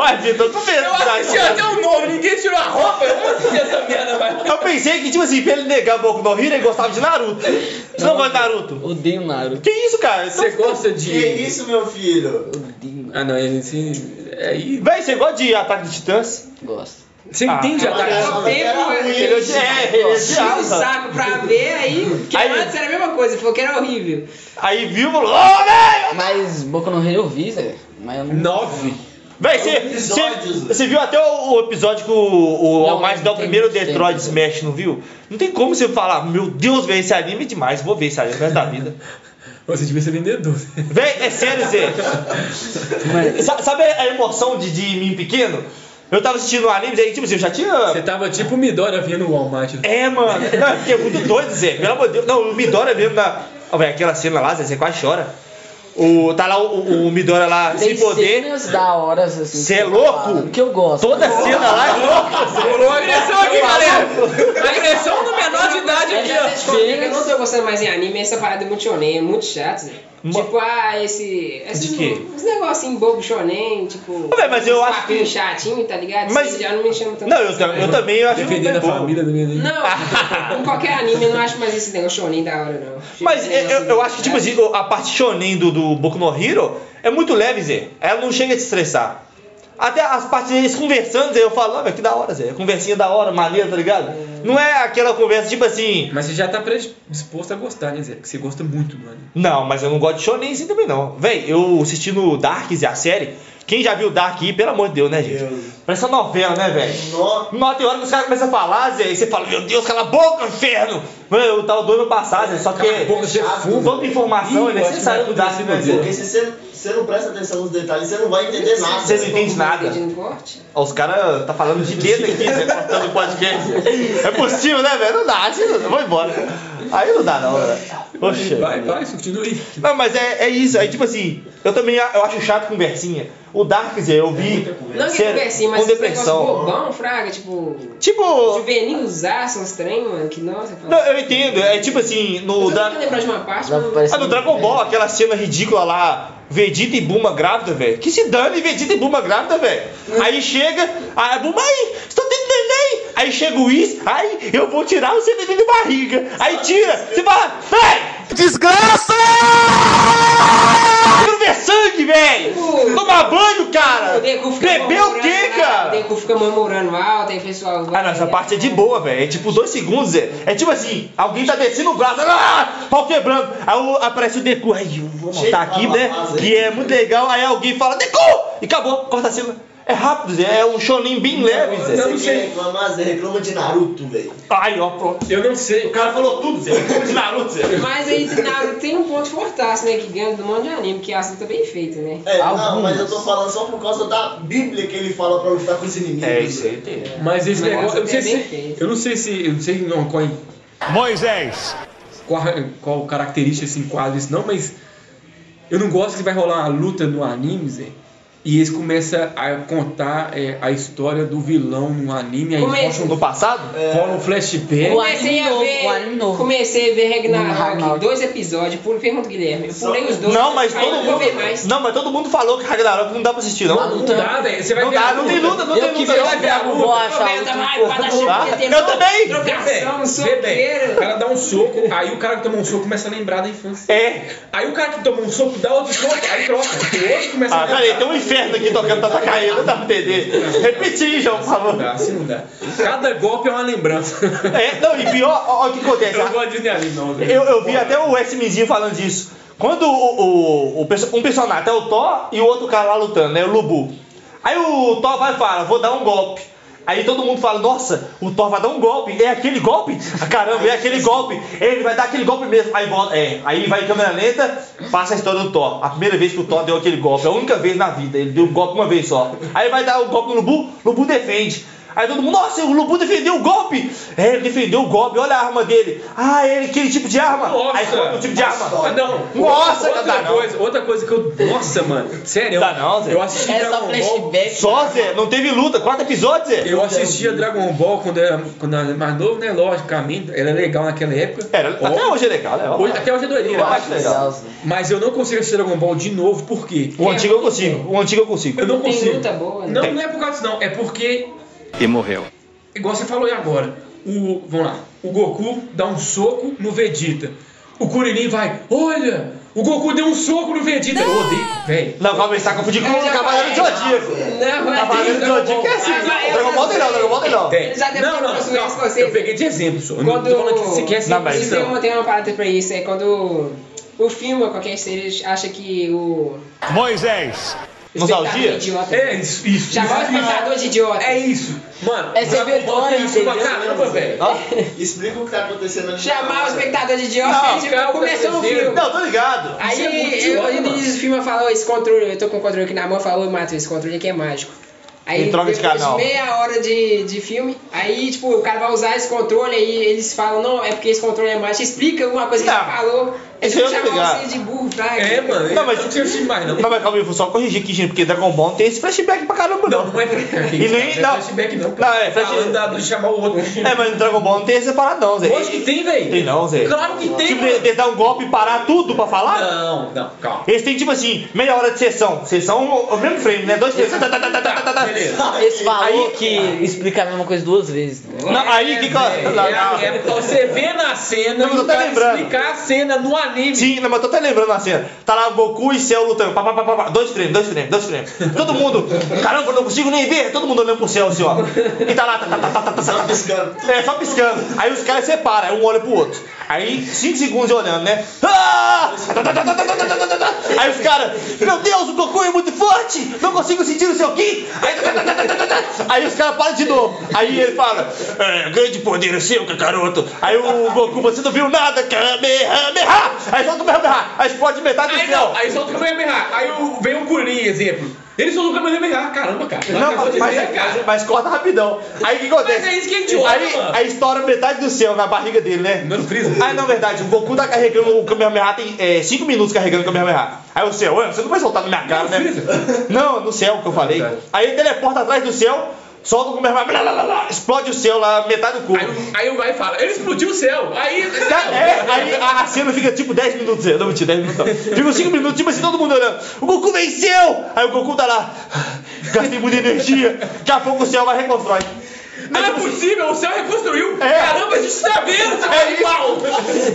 C: Ué, Vitor, eu tô com medo.
D: Eu assisti até o nome, ninguém tirou a roupa, eu não vou assistir essa merda, vai.
C: Eu pensei que, tipo assim, pra ele negar o Boku no Hero, ele gostava de Naruto. Você não gosta de Naruto?
G: Odeio Naruto.
C: Que isso, cara? Você...
D: Você gosta de.
H: Que isso, meu filho?
G: Odeio Naruto.
D: Ah, não, ele se. É aí.
C: Véi, você gosta de Ataque de Titãs?
G: Gosto.
D: Você
C: Ah.
D: entende a
H: Era-
D: tática?
H: era
E: tempo,
C: Ele
H: ruim,
C: é, ele é
E: Tira o
C: de
E: saco pra ver aí. Porque
C: Aí-
E: antes era a mesma coisa, ele falou que era horrível.
C: Aí viu e falou, ô, velho!
G: Mas Boku no Hero eu vi, Zé. Mas eu não.
D: Nove.
C: Véi,
D: É um
C: você- você
H: Episódios.
C: você viu até o, o episódio que o, o All
G: Não,
C: Might dá o
G: tem
C: primeiro
G: muito
C: Detroit
G: tempo. né?
C: Smash, não viu? Não tem como você falar, meu Deus, velho, esse anime é demais, vou ver esse anime o resto da vida.
D: Você devia ser vendedor.
C: Véi, é sério, Zé. Sa- Sabe a emoção de, de mim pequeno? Eu tava assistindo um anime, aí, tipo assim, eu já
D: Você
C: tinha.
D: tava tipo o Midoriya vindo no Walmart.
C: É, mano. Não, eu fiquei muito doido, Zé. Pelo amor de Deus. Não, o Midora mesmo na. Ó, véi, aquela cena lá, Zé, você quase chora. O, tá lá o, o Midora lá sem
G: Tem
C: poder.
G: cenas da hora, assim. Você
C: Cê é louco?
G: Que eu gosto.
C: Toda cena lá é louca, Zé.
D: Rolou agressão aqui, galera! Agressão no menor de idade
E: Mas
D: aqui,
E: É, já
D: ó.
E: até te falei que eu não tô gostando mais em anime, essa parada é muito shonen, é muito chato, Zé.
C: Mo-
E: Tipo, ah, esse. Esses,
C: De quê?
E: uns negocinhos bobo shonen, tipo.
C: Ué, mas eu
E: uns
C: acho
E: papinho
C: que-
E: chatinho, tá ligado?
C: Mas-
E: Isso já não me chama tanto.
C: Não, eu,
E: atenção,
C: tam-
E: né?
C: eu também acho que
D: Tá Defendendo a família do menino.
E: Não, em qualquer anime eu não acho mais esse negócio shonen da hora, não. Tipo,
C: Mas
E: esse
C: eu, eu-
E: negócio
C: eu acho que, tipo assim, a parte shonen do, do Boku no Hero é muito leve, Zé. Ela não chega a te estressar. Até as partes deles conversando, Zé, eu falo, ah, velho, que da hora, Zé. Conversinha da hora, maneira, tá ligado? Não é aquela conversa, tipo assim...
D: Mas você já tá predisposto a gostar, né, Zé? Porque você gosta muito do anime.
C: Não, mas eu não gosto de shonen assim também, não. Véi, eu assisti no Dark, Zé, a série. Quem já viu Dark aí, pelo amor de Deus, né, gente?
H: Deus.
C: Parece uma novela, né, velho?
H: Nó.
C: Nossa, tem hora que os caras começam a falar, Zé, e você fala, meu Deus, cala a boca, inferno! Mano, eu tava doido pra passar, Zé, só que...
D: Pouco você
H: chato,
D: fuma.
C: Toda informação é
D: Ih, eu acho que
C: necessária
D: vai
C: do Dark, né,
D: acontecer,
C: Zé?
H: Porque se você- você não presta atenção nos detalhes, você não vai entender nada.
C: Vocês entendem
E: chato.
C: nada.
E: Pedindo corte?
C: Ó, os caras tá falando de dedo aqui, Zé, cortando o podcast. É possível, né, velho? Não dá, assim não dá. Vou embora. Aí não dá, não, velho. Poxa.
D: Vai, vai, continua aí.
C: Não, mas é, é isso. Aí, tipo assim, eu também a- eu acho chato conversinha. O Dark, Zé, eu
E: É
C: vi.
E: Não que
C: sério,
E: conversinha, mas
C: com
E: esse negócio é
C: depressão.
E: bobão, fraga, tipo.
C: Tipo.
E: Juvenil usar uns trem, mano, que nossa. fala-
C: Não, eu entendo. É tipo assim,
E: Eu
C: no.
E: tô
C: Da,
E: tentando lembrar de uma parte,
G: Dá pra
E: mas não-
G: parecer
C: ah, no Dragon Ball, aquela cena ridícula lá. Vegeta e Buma grávida, velho. Que se dane Vegeta e Buma grávida, velho. Aí chega, a Buma, aí, estou tendo neném. Aí chega o Whis, aí eu vou tirar o seu neném da barriga. Aí tira, você fala, véi, Desgraça! Quero ver sangue, velho! Toma banho, cara!
E: O Deku fica
C: Bebeu o
E: murmurando
C: quê,
E: lá, O
C: cara?
E: Deku fica murmurando alto, aí o pessoal.
C: Ah, não, essa parte é de boa, velho. É tipo dois segundos, é. É tipo assim, alguém tá descendo o braço, ah, pau quebrando. Aí o- aparece o Deku, aí eu vou
H: Cheio de
C: montar aqui, né?
H: palavras,
C: Que é muito legal. Aí alguém fala, Deku! E acabou, corta a cena. É rápido, Zé. É um shonen bem leve, Zé.
H: Você quer reclamar, Zé? Reclama de Naruto, velho.
C: Ai, ó, pronto.
D: Eu não sei.
C: O cara falou tudo, Zé. Reclama de Naruto, Zé.
E: Mas aí Naruto tem um ponto fortaço, né? Que ganha do monte de anime, que a ação tá bem feita, né?
H: É, não,
G: Algumas.
H: mas eu tô falando só por causa da Bíblia que ele fala pra lutar com os inimigos.
C: É isso aí, tem.
D: Mas esse
E: Nossa,
D: negócio. Eu não sei
E: é bem
D: se.
E: feito.
D: Eu não sei se. Eu não sei não, qual,
A: Moisés!
D: qual, qual característica se enquadra isso, não, mas. Eu não gosto que vai rolar uma luta no anime, Zé. E eles começam a contar é, a história do vilão no anime, aí
E: Como é
D: mostram
C: Do passado?
D: rola um flashback.
G: O
E: Comecei a
G: anime novo,
E: ver.
G: o anime novo.
E: Comecei a ver
G: Hum,
E: Ragnarok,
G: Ragnarok.
E: dois episódios, pulei, pergunta o Guilherme. Eu pulei os dois.
C: Não, mas
E: aí
C: todo
E: eu não vou
C: mundo.
E: ver mais.
C: Não, mas todo mundo falou que Ragnarok não dá pra assistir, não.
D: Não dá, velho. Você vai
C: Não
D: ver
C: dá,
D: a
C: não tem luta, não tem
G: Eu que
C: luta.
G: vi
C: não.
G: lá de
E: Tô
G: Vou achar
E: vendo,
G: outro
E: vai,
G: corpo.
E: vai, vai,
C: Tá?
E: vai,
C: Eu também.
E: Trocação,
D: Vê bem, o
E: soqueira.
D: cara dá um soco, aí o cara que tomou um soco começa a lembrar da infância.
C: É.
D: Aí o cara que tomou um soco dá outro soco, aí troca. O outro começa
C: Ah,
D: a
C: peraí,
D: lembrar.
C: tem um inferno aqui tocando Tata Caída, não dá pra entender. Repetir, João, por favor.
D: Não dá, assim não dá. Cada golpe é uma lembrança.
C: É, não, e pior, ó, ó, o que
D: Eu
C: acontece. tá?
D: não gosto de Disney anime, não, né? velho.
C: Eu, eu vi até o Westminzinho falando disso. Quando o, o- o perso- um personagem é o Thor e o outro cara lá lutando, né? O Lubu. Aí o Thor vai e fala, vou dar um golpe. Aí todo mundo fala, nossa, o Thor vai dar um golpe. É aquele golpe? Ah, Caramba, é aquele golpe. Ele vai dar aquele golpe mesmo. Aí, volta- é, aí vai em câmera lenta, passa a história do Thor. A primeira vez que o Thor deu aquele golpe, a única vez na vida. Ele deu um golpe uma vez só. Aí vai dar o golpe no Lubu, Lubu defende. Aí todo mundo, nossa, o Lubu defendeu o golpe! É, ele defendeu o golpe, olha a arma dele. Ah, ele, aquele tipo de arma.
D: Nossa.
C: Aí qual é o tipo de arma?
D: Ah, não.
C: Nossa,
D: outra
C: dá não.
D: coisa, outra coisa que eu. Nossa, mano. Sério, eu-
C: Dá não, Zé.
D: eu assisti
G: É só
D: Dragon Ball.
G: flashback.
C: Só, Zé, não teve luta, quatro episódios, Zé.
D: Eu assistia Dragon Ball quando era, quando era mais novo, né? Logicamente, era legal naquela época.
C: Era, até
D: Óbvio.
C: hoje é legal, né?
D: Hoje- até hoje é doideira.
C: Eu acho legal.
D: Mas eu não consigo assistir Dragon Ball de novo, por quê? é
C: O antigo eu consigo, o antigo eu consigo.
D: Eu não
E: Tem
D: consigo.
E: luta boa, né?
D: Não, não é por causa disso, não. É porque,
A: E morreu.
D: igual você falou aí agora, o. Vamos lá. O Goku dá um soco no Vegeta. O Kuririn vai, olha! O Goku deu um soco no Vegeta. Eu odeio, velho.
C: Não, calma aí, tá confundindo com
E: Eu
D: é
C: o
E: já
C: Cavaleiro do
E: falei,
C: Zodíaco.
E: Não, é
C: Cavaleiro do Zodíaco é assim.
E: Mas vai,
C: Dragon
E: eu
C: Ball tem não,
E: sei.
C: Dragon Ball tem não.
D: Tem.
E: Já deve
D: Não,
E: ter
D: não,
E: uma zoeira com
D: não.
E: vocês.
D: Eu peguei de exemplo, só. Eu Não
E: Quando-
D: tô falando que você quer
C: Não, mas então.
E: Isso
D: assim,
E: tem
D: não.
E: uma, tem uma parada pra isso, é quando o filme ou qualquer série eles acha que o.
A: Moisés!
C: Nostalgia?
E: espectador é idiota.
D: É isso, isso.
E: Chama o
D: isso,
E: espectador de idiota.
D: É isso. Mano,
G: É ser
D: Dragon Ball tem
G: vergonha,
D: isso pra
G: entendeu?
D: caramba, velho.
H: Explica o que tá acontecendo ali.
E: É,
H: na
E: Chamar o
H: hora.
E: espectador de idiota,
C: Não,
E: ele já começou o filme.
C: Não, tô ligado.
E: Aí
D: é muito
E: eu,
D: idiota,
E: eu, no
D: mano.
E: início do filme eu falo, "Ó, esse controle, eu tô com o controle aqui na mão, falou, Matheus, esse controle aqui é mágico. Aí
C: Ele troca de
E: depois
C: canal.
E: meia hora de, de filme, aí tipo, o cara vai usar esse controle, aí eles falam, não, é porque esse controle é mágico, explica alguma coisa que
C: Não,
E: ele falou. Eles
C: isso
E: vão
C: eu tô
E: chamar
C: ligado.
E: você de burro, tá?
D: É, mano.
C: Não, mas-
D: eu não tinha assistido mais, não.
C: Não, mas calma aí, vou só corrigir aqui, gente, porque Dragon Ball não tem esse flashback pra caramba,
D: Não, não é flashback.
C: E nem-
D: não, é
C: não.
D: flashback, não.
C: Não, é flash-
D: Falando da- de chamar o outro.
C: É, mas no Dragon Ball não tem esse parado não, Zé.
D: Lógico que tem, velho.
C: Tem não, Zé.
D: Claro que tem,
C: Tipo,
D: mano.
C: eles dar um golpe e parar tudo pra falar?
D: Não, não, calma.
C: Eles têm tipo assim, meia hora de sessão. Sessão o o mesmo frame, né? Dois frames. tá, tá, tá, tá, tá, tá, tá.
D: Beleza.
G: Esse falou
C: Aí-
G: que explica a mesma coisa duas vezes.
C: Não, aí que que eu-
D: É,
C: não,
D: é,
C: não.
D: é, então você vê na cena,
C: Não, eu
D: o
C: tô até
D: cara
C: lembrando.
D: explicar a cena no anime.
C: Sim, não, mas eu tô até lembrando a cena. Tá lá o Goku e Cell lutando. Pá, pá, pá, pá, pá. Dois frames, dois frames, dois frames. Todo mundo, caramba, eu não consigo nem ver. Todo mundo olhando pro céu assim, ó. E tá lá, tá, tá, tá, tá, tá, tá,
H: Só piscando.
C: É, só piscando. Aí os caras separam, aí um olha pro outro. Aí, 5 segundos olhando, né? Ah! Aí os caras, meu Deus, o Goku é muito forte! Não consigo sentir o seu Ki! Aí, aí os caras param de novo. Aí ele fala, é, grande poder é seu, Kakaroto. Aí o Goku, você não viu nada, Kamehameha! Aí solta o Kamehameha, aí explode metade do
D: Aí
C: céu.
D: não, aí solta o Kamehameha. Aí o- vem um Kuririn, exemplo. Ele soltou o Kamehameha. Caramba, cara.
C: Não,
D: Acabou
C: mas,
D: de ver,
C: mas, mas corta rapidão. Aí o que acontece?
D: Mas é isso que é idiota,
C: aí,
D: mano.
C: aí estoura metade do céu na barriga dele, né?
D: Não, no freezer.
C: Ah, não, verdade. O Goku tá carregando o Kamehameha, tem 5 minutos carregando o Kamehameha. Aí o céu, "Ué, você não vai soltar na minha cara,
D: no
C: né?
D: freezer.
C: Não, no céu que eu falei.
D: verdade.
C: Aí ele teleporta atrás do céu, solta o Kamehameha, blá, blá, blá, blá, explode o céu lá, metade do corpo.
D: Aí, o- aí o vai e fala, ele explodiu o céu. Aí...
C: É, aí a, a cena fica tipo 10 minutos, eu não menti, 10 minutos não. Fica uns 5 minutos, tipo assim, todo mundo olhando. O Goku venceu! Aí o Goku tá lá, gastei muita energia, daqui a pouco o céu vai reconstrói.
D: Não é possível, o céu reconstruiu.
C: É.
D: Caramba, a gente tá vendo, seu
C: É isso.
D: animal.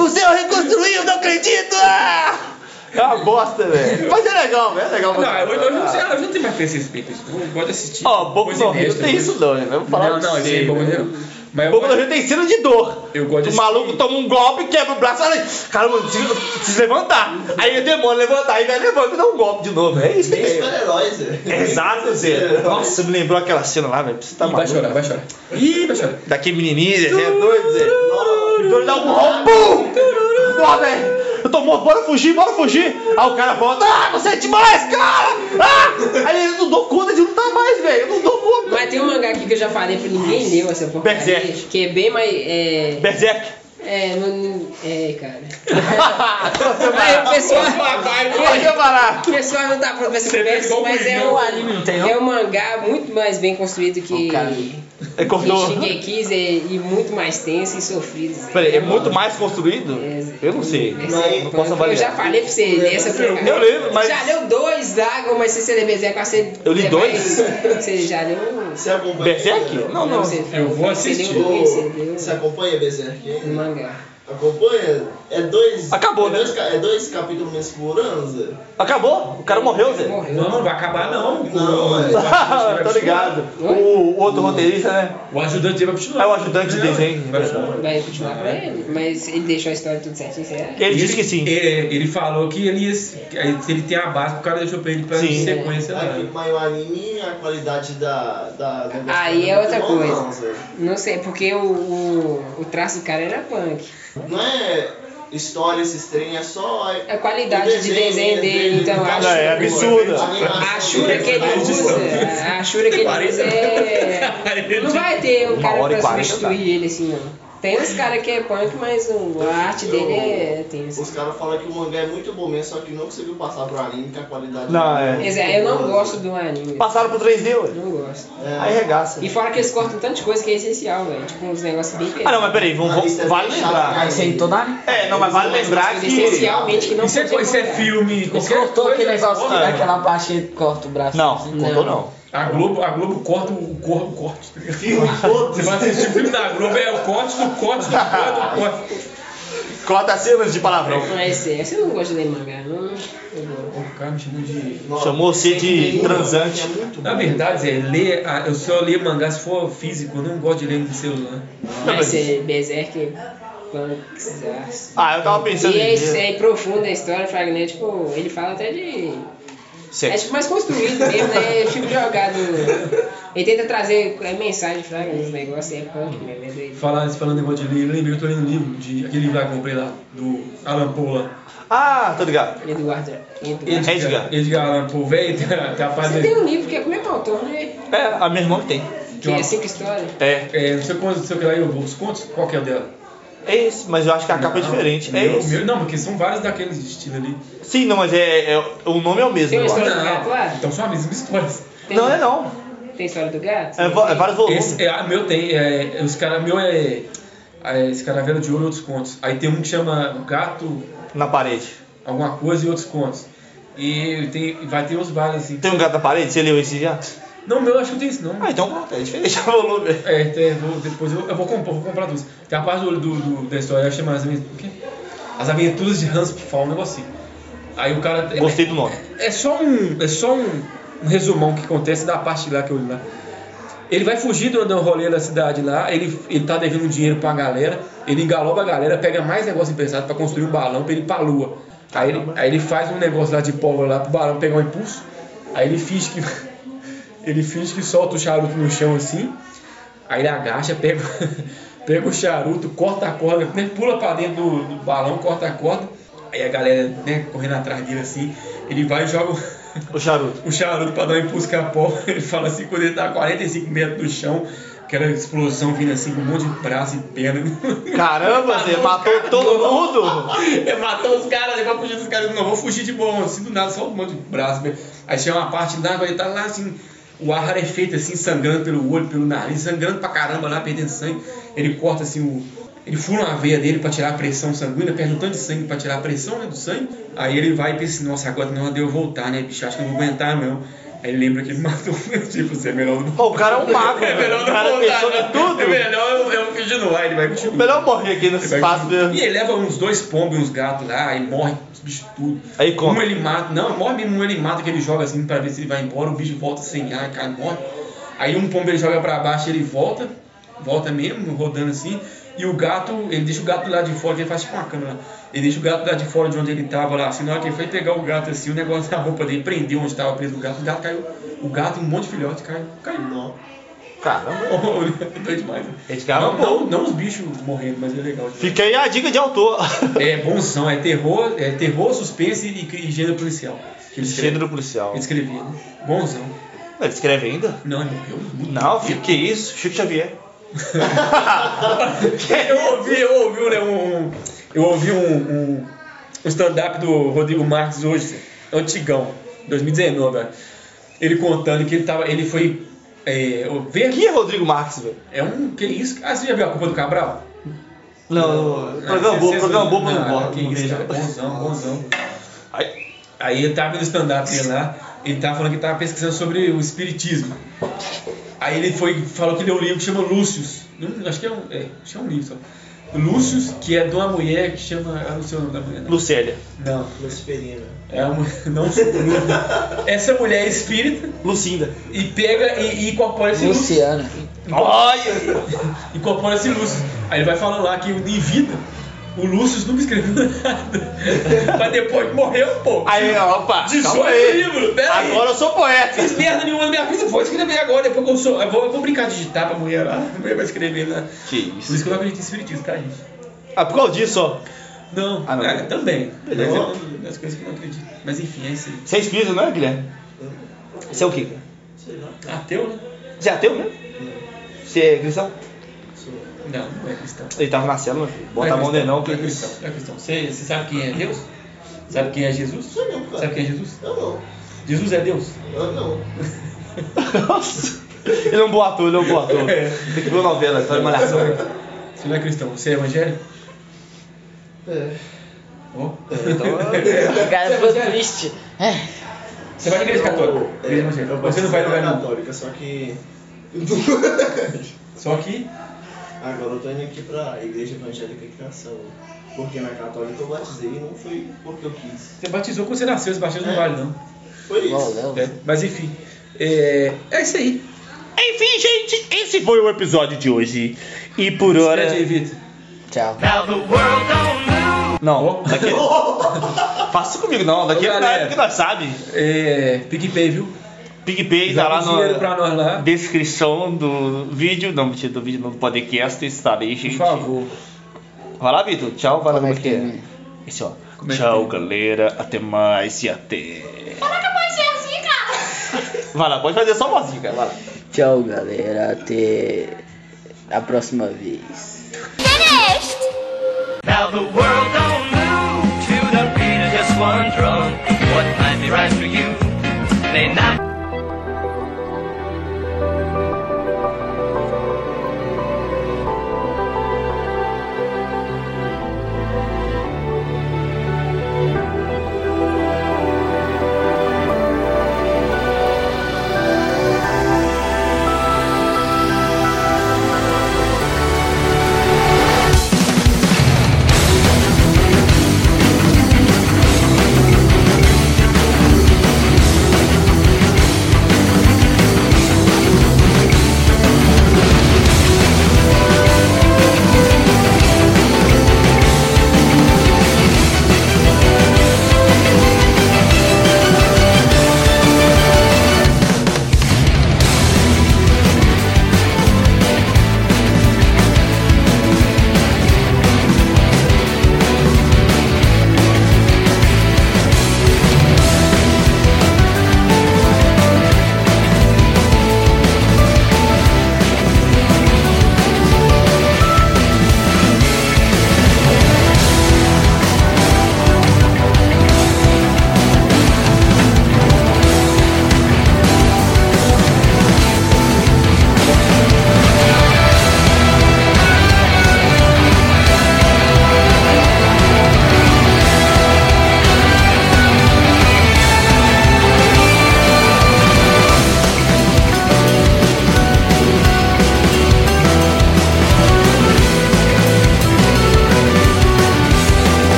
C: O céu reconstruiu, não acredito! Ah! É uma bosta, velho. Mas é legal, velho. É legal.
D: Não, hoje, hoje, não sei, hoje não tem mais que ter esse respeito. Eu gosto de assistir.
C: Ó, Boku
D: coisa
C: no Rio não
D: inédita,
C: tem
D: coisa-
C: isso não, né? Vamos falar
D: Não, não,
C: isso.
D: ele é Boku no Rio. Mas eu
C: Boku no
D: gosto-
C: Rio tem cena de dor.
D: Eu gosto de
C: O maluco toma um golpe, quebra o braço e fala, caramba, preciso preciso levantar. Aí o demônio levantar, aí vai levanta e dá um golpe de novo. É isso que
H: Nem
D: né?
C: tem.
H: super-heróis, né? velho.
C: Exato, Zé. Nossa, me lembrou aquela cena lá, velho. Você tá
D: Ih, vai
C: maluco.
D: chorar, vai chorar. Ih, vai chorar.
C: Daquele menininho, Zé. É doido, Zé. Doido dá um rombo. Ó, velho. Eu tô morto, bora fugir, bora fugir. Aí o cara volta, ah, você é demais, cara. Ah! Aí ele não dou conta de lutar mais, velho. Eu não dou conta.
E: Mas tem um mangá aqui que eu já falei pra ninguém leu essa porcaria.
C: Berserk.
E: Que é bem mais. É.
C: Berserk.
E: É, não- é, cara. Aí o pessoal.
C: Olha que barato.
E: O pessoal não tá pronto pra esse universo, mas é um anime, não tem, É um mangá muito mais bem construído que.
C: É
E: que
C: cortou.
E: Shingekis é- e muito mais tenso e sofrido. Zé.
C: Peraí, é muito mais construído?
E: É,
C: Eu não sei.
E: Esse é
C: Não, não
E: punk.
C: posso
E: Eu já
C: avaliar.
E: falei pra você dessa porcaria.
C: Eu lembro, mas-
E: Já leu dois Dragon, mas se você ler Berserk, você.
C: Eu li
E: você
C: dois?
E: vai- Você já leu um.
H: Você acompanha?
C: Berserk? Não, não.
E: você-
D: Eu vou
E: você leu
D: assistir. é
E: dois, Você leu
H: Você acompanha Berserk?
E: um mangá.
H: Acompanha? É dois.
C: Acabou,
H: é
C: né?
H: Dois, ca- é dois capítulos menos por ano, Zé?
C: Acabou? O cara morreu, Zé.
E: Morreu.
D: Não, não vai acabar não.
H: Não, é.
C: Tá ligado. O, o outro roteirista, né?
D: O ajudante dele vai continuar.
C: É o ajudante de desenho.
D: Vai continuar.
E: Vai continuar pra ele, mas ele deixou a história tudo certinho, será?
C: Ele disse que sim.
D: é, Ele, ele falou que ele, ia, se ele tem a base, o cara deixou pra ele pra
C: Sim.
D: sequência né? lá.
H: Aqui, mas o anime, a qualidade da. da, da
E: Aí é
H: da-
E: outra
H: não,
E: coisa.
H: Não, Zé.
E: Não sei, porque o, o, o traço do cara era punk.
H: Não é história esses trem, é só.
E: A qualidade de
H: né?
E: desenho dele, então acho.
C: É, é absurda.
E: A Ashura que é ele usa, a Ashura que ele usa é. Não vai ter um
C: Uma
E: cara
C: hora e
E: pra
C: quarenta,
E: substituir ele assim, não. Tem uns caras que é punk, mas o- a arte dele é tensa.
H: Os caras falam que o mangá é muito bom mesmo, só que não conseguiu passar pro anime, que a qualidade.
C: Não, é.
E: Mas é, Eu não gosto do anime.
C: Passaram pro 3D, ué.
E: Não gosto.
H: É.
C: Aí regaça.
E: E fora que eles cortam tanta coisa que é essencial, velho. Tipo, uns negócios bem
C: Ah,
E: pesados.
C: não, mas peraí, vamos, vamos- vale lembrar.
G: Ah, isso aí em toda área.
C: É, não, mas vale lembrar que.
E: Essencialmente que não
D: Isso é,
E: podia
D: coisa- isso é
E: cortar.
D: filme,
G: Ele
D: qualquer
G: cortou
D: coisa. é
G: aquele negócio,
C: corta.
G: aquela parte que corta o braço.
C: Não,
G: assim.
C: contou não.
D: A Globo, a Globo corta o corpo, o corte. Você vai assistir o filme da Globo, é o corte do corte do corte do corte.
C: Corta cenas de palavrão.
E: Mas é, você não gosta de ler mangá, não? Eu gosto.
D: O cara me chamou de.
C: Chamou você de transante.
D: Na verdade, Zé, ler, a- eu só ler mangá se for físico, eu não gosto de ler no celular.
E: Mas é Berserk é punkzaço.
C: Ah, eu tava pensando
E: E é, isso,
C: em.
E: é profunda a história, fragmento, tipo, ele fala até de. É
C: Sexo.
E: tipo mais construído mesmo, né? É tipo jogado. Ele tenta trazer é, mensagem, fragmento, os negócios, é punk mesmo, é doido.
D: Falar, falando negócio de livro, eu lembrei que eu tô lendo um livro, de, aquele livro lá que eu comprei lá, do Alan Poe lá.
C: Ah, tô ligado.
E: Eduardo. Eduardo.
C: Edgar.
D: Edgar Alan Poe, velho, tá tem a- tem a parte
E: Você
D: dele.
E: tem um livro que é com o mesmo autor, né?
C: É, a minha irmã que tem.
E: Que é cinco histórias.
C: É.
D: É, não sei quantos, não sei o que lá, eu vou, os contos, qual que é o dela?
C: É esse, mas eu acho que a capa é diferente.
D: Não,
C: É
D: meu-
C: esse.
D: meu- não, porque são vários daqueles de estilo ali.
C: Sim, não, mas é, é- o nome é o mesmo.
E: Tem uma
C: eu acho.
E: história do gato lá?
D: Então são as mesmas histórias.
E: Tem-
C: Não é não.
E: Tem história do gato?
C: É, va- é vários volumes.
D: Esse, é, ah, meu tem, é, é, os cara, meu é, é esse Caravela de Ouro e outros contos. Aí tem um que chama Gato
C: Na parede.
D: Alguma Coisa e outros contos. E tem, vai ter uns vários assim.
C: Tem um gato na parede? Você leu esse já?
D: Não, meu, acho que não tem isso não.
C: Ah, então pronto, é diferente o volume.
D: É, tem- vou- depois eu, eu vou, comprar, vou comprar duas. Tem a parte do, do- do- da história, chama as, Aven- o quê? as Aventuras de Hans Pfau, um negocinho. Aí o cara.
C: Gostei do nome.
D: É só um, é só um, um resumão que acontece da parte lá que eu li lá. Ele vai fugir do do rolê da cidade lá, ele, ele tá devendo um dinheiro pra galera, ele engaloba a galera, pega mais negócio emprestado pra construir um balão pra ele ir pra lua. Aí ele, aí ele faz um negócio lá de pólvora lá pro balão pegar um impulso, aí ele finge que. ele finge que solta o charuto no chão assim, aí ele agacha, pega, pega o charuto, corta a corda, né, pula pra dentro do, do balão, corta a corda, aí a galera né, correndo atrás dele assim, ele vai e joga. o-
C: O charuto.
D: o charuto pra dar um impulso com a pó. Ele fala assim, quando ele tá a 45 metros do chão, aquela explosão vindo assim com um monte de braço e perna.
C: Caramba,
D: Tá
C: você matou todo mundo?
D: É matar os caras, levar fugir dos caras. Não, vou fugir de bom, assim do nada, só um monte de braço. né? Aí chega uma parte lá, vai estar lá assim, o ar rarefeito assim, sangrando pelo olho, pelo nariz, sangrando pra caramba lá, perdendo sangue. Ele corta assim o. Ele fura uma veia dele pra tirar a pressão sanguínea, perde um tanto de sangue pra tirar a pressão né, do sangue. Aí ele vai e pensa, assim, nossa, agora não deu eu voltar, né, bicho? Acho que não vou aguentar, não. Aí ele lembra que ele matou o meu tipo, você é melhor não.
C: Pô, o cara é um mago,
D: É
C: velho.
D: melhor
C: O
D: não
C: cara
D: voltar,
C: pensou
D: né?
C: em tudo.
D: É melhor É eu, eu continuar, ele vai continuar.
C: Melhor morrer aqui nesse
D: Ele vai
C: espaço
D: continuar.
C: mesmo.
D: E ele leva uns dois pombos e uns gatos lá, e morre os bichos tudo.
C: Aí como?
D: Um ele mata, não, morre mesmo, um ele mata que ele joga assim pra ver se ele vai embora, o bicho volta sem ar, cara, morre. Aí um pombo ele joga pra baixo ele volta, volta mesmo, rodando assim. E o gato, ele deixa o gato lá de fora, que ele faz tipo uma câmera. Ele deixa o gato lá de fora de onde ele tava lá. Assim, na hora que ele foi pegar o gato assim, o negócio da roupa dele prendeu onde tava preso o gato, o gato caiu. O gato, e um monte de filhote caiu. Caiu. Não.
C: Caramba.
D: Doido demais. né?
C: Esse cara é
D: Não,
C: bom.
D: não, não os bichos morrendo, mas é legal. demais.
C: Fica aí a dica de autor.
D: É bonzão, é terror, é terror, suspense e, cri- gênero policial. Que ele escreve-
C: Gênero policial.
D: Ele escrevia, né? Bonzão.
C: Ele escreve ainda?
D: Não, ele morreu.
C: Não, filho, que isso? Chico Xavier.
D: Eu ouvi, eu ouvi, né, um, um- eu ouvi um, um, um stand-up do Rodrigo Marques hoje, antigão, 2019, né? ele contando que ele, tava, ele foi é, o ver...
C: Quem é Rodrigo Marques, velho?
D: É um... Que isso? Ah, você já viu a culpa do Cabral?
C: Não, não. Programa
D: É, Cê-
C: bobo,
D: cê-
C: programa bobo
D: não, é
C: não bota.
D: que
C: não
D: isso,
C: vejo.
D: cara, tá bonzão, bonzão.
C: Aí-
D: Aí ele tava no stand-up dele lá, ele tava falando que tava pesquisando sobre o espiritismo. Aí ele foi, falou que leu um livro que chama Lúcius. Não, acho que é um, é, acho que é um livro só. Lúcius, que é de uma mulher que chama. Eu não sei o nome da mulher. Não.
C: Lucélia.
D: não
H: Luciferina.
D: é uma, não sei. Essa mulher é espírita
C: Lucinda.
D: e pega e, e incorpora esse Lúcius.
G: Luciana.
C: Olha!
D: incorpora esse Lúcio. Aí ele vai falando lá que em vida o Lúcio nunca escreveu nada. Mas depois morreu, pô.
C: Aí, opa! calma
D: 18
C: aí.
D: livros, pera aí.
C: Agora eu sou poeta.
D: Fiz merda nenhuma na minha vida, vou escrever agora, depois que eu sou. Eu vou, eu vou brincar de digitar pra mulher lá, a mulher vai escrever, né?
C: Que
D: Por isso que eu não acredito em espiritismo, tá, gente?
C: Ah, por causa disso, ó.
D: Não,
C: Ah, não.
D: é, também. Mas é
C: Beleza.
D: uma das coisas que eu não acredito. Mas enfim, é isso aí.
C: Você é espírita, não é, Guilherme? Você é o quê?
D: Ateu, né?
C: Você é ateu mesmo? Você é cristão?
D: Não, não é cristão.
C: Ele tava na célula, filho. Bota a mão
D: dele
C: dele não, que
D: é cristão. Não é cristão. Você, você sabe quem é Deus? Sabe quem é Jesus?
H: Sei não, cara.
D: Sabe quem é Jesus?
H: Eu não.
D: Jesus é Deus.
H: Eu não.
C: Nossa! Ele é um bom ator, ele é um bom ator. Tem que ver uma novela, tá de malhação.
D: Você não é cristão, você é evangélico? Tá
H: É.
D: Ó.
C: então.
G: O cara ficou triste. É.
D: Você vai na igreja católica?
H: Eu-
D: Igreja
H: é,
D: evangélica.
H: eu
D: Você não vai lugar
H: participo da
D: nenhum.
H: católica, só que.
D: Só que
H: Agora eu tô indo aqui pra igreja evangélica que nação. Porque na católica eu batizei e não foi porque eu quis.
D: você batizou quando você nasceu, esse batismo não
H: É.
D: vale não.
H: Foi
G: Ó,
H: isso.
G: Léo.
D: É, Mas enfim, é, é isso aí.
C: Enfim, gente, esse foi o episódio de hoje. E por hora.
D: Grande aí, Vitor.
G: Tchau.
D: Tá
C: Não, daqui. Faça comigo não, daqui
D: Ô,
C: é na
D: galera.
C: época que nós sabe.
D: É, PicPay, viu?
C: PicPay tá
D: Joga
C: lá
D: um dinheiro pra
C: na
D: nós lá.
C: descrição do vídeo. Não, mentira, do vídeo, não, do podcast estarei,
D: Por
C: gente.
D: favor.
C: Vai lá, Vitor. Tchau, vai lá.
G: Como é que
C: porque-
G: termina?
C: Esse, ó.
D: Como é que
C: Tchau,
D: termina?
C: galera. Até mais e até.
I: Caraca, pode ser assim, cara.
C: Vai lá, pode fazer só vozinha, cara. Vai lá.
G: Tchau, galera. Até a próxima vez.
I: Finished.
J: Now the world don't move to the beat of just one drum. What might be right for you may not.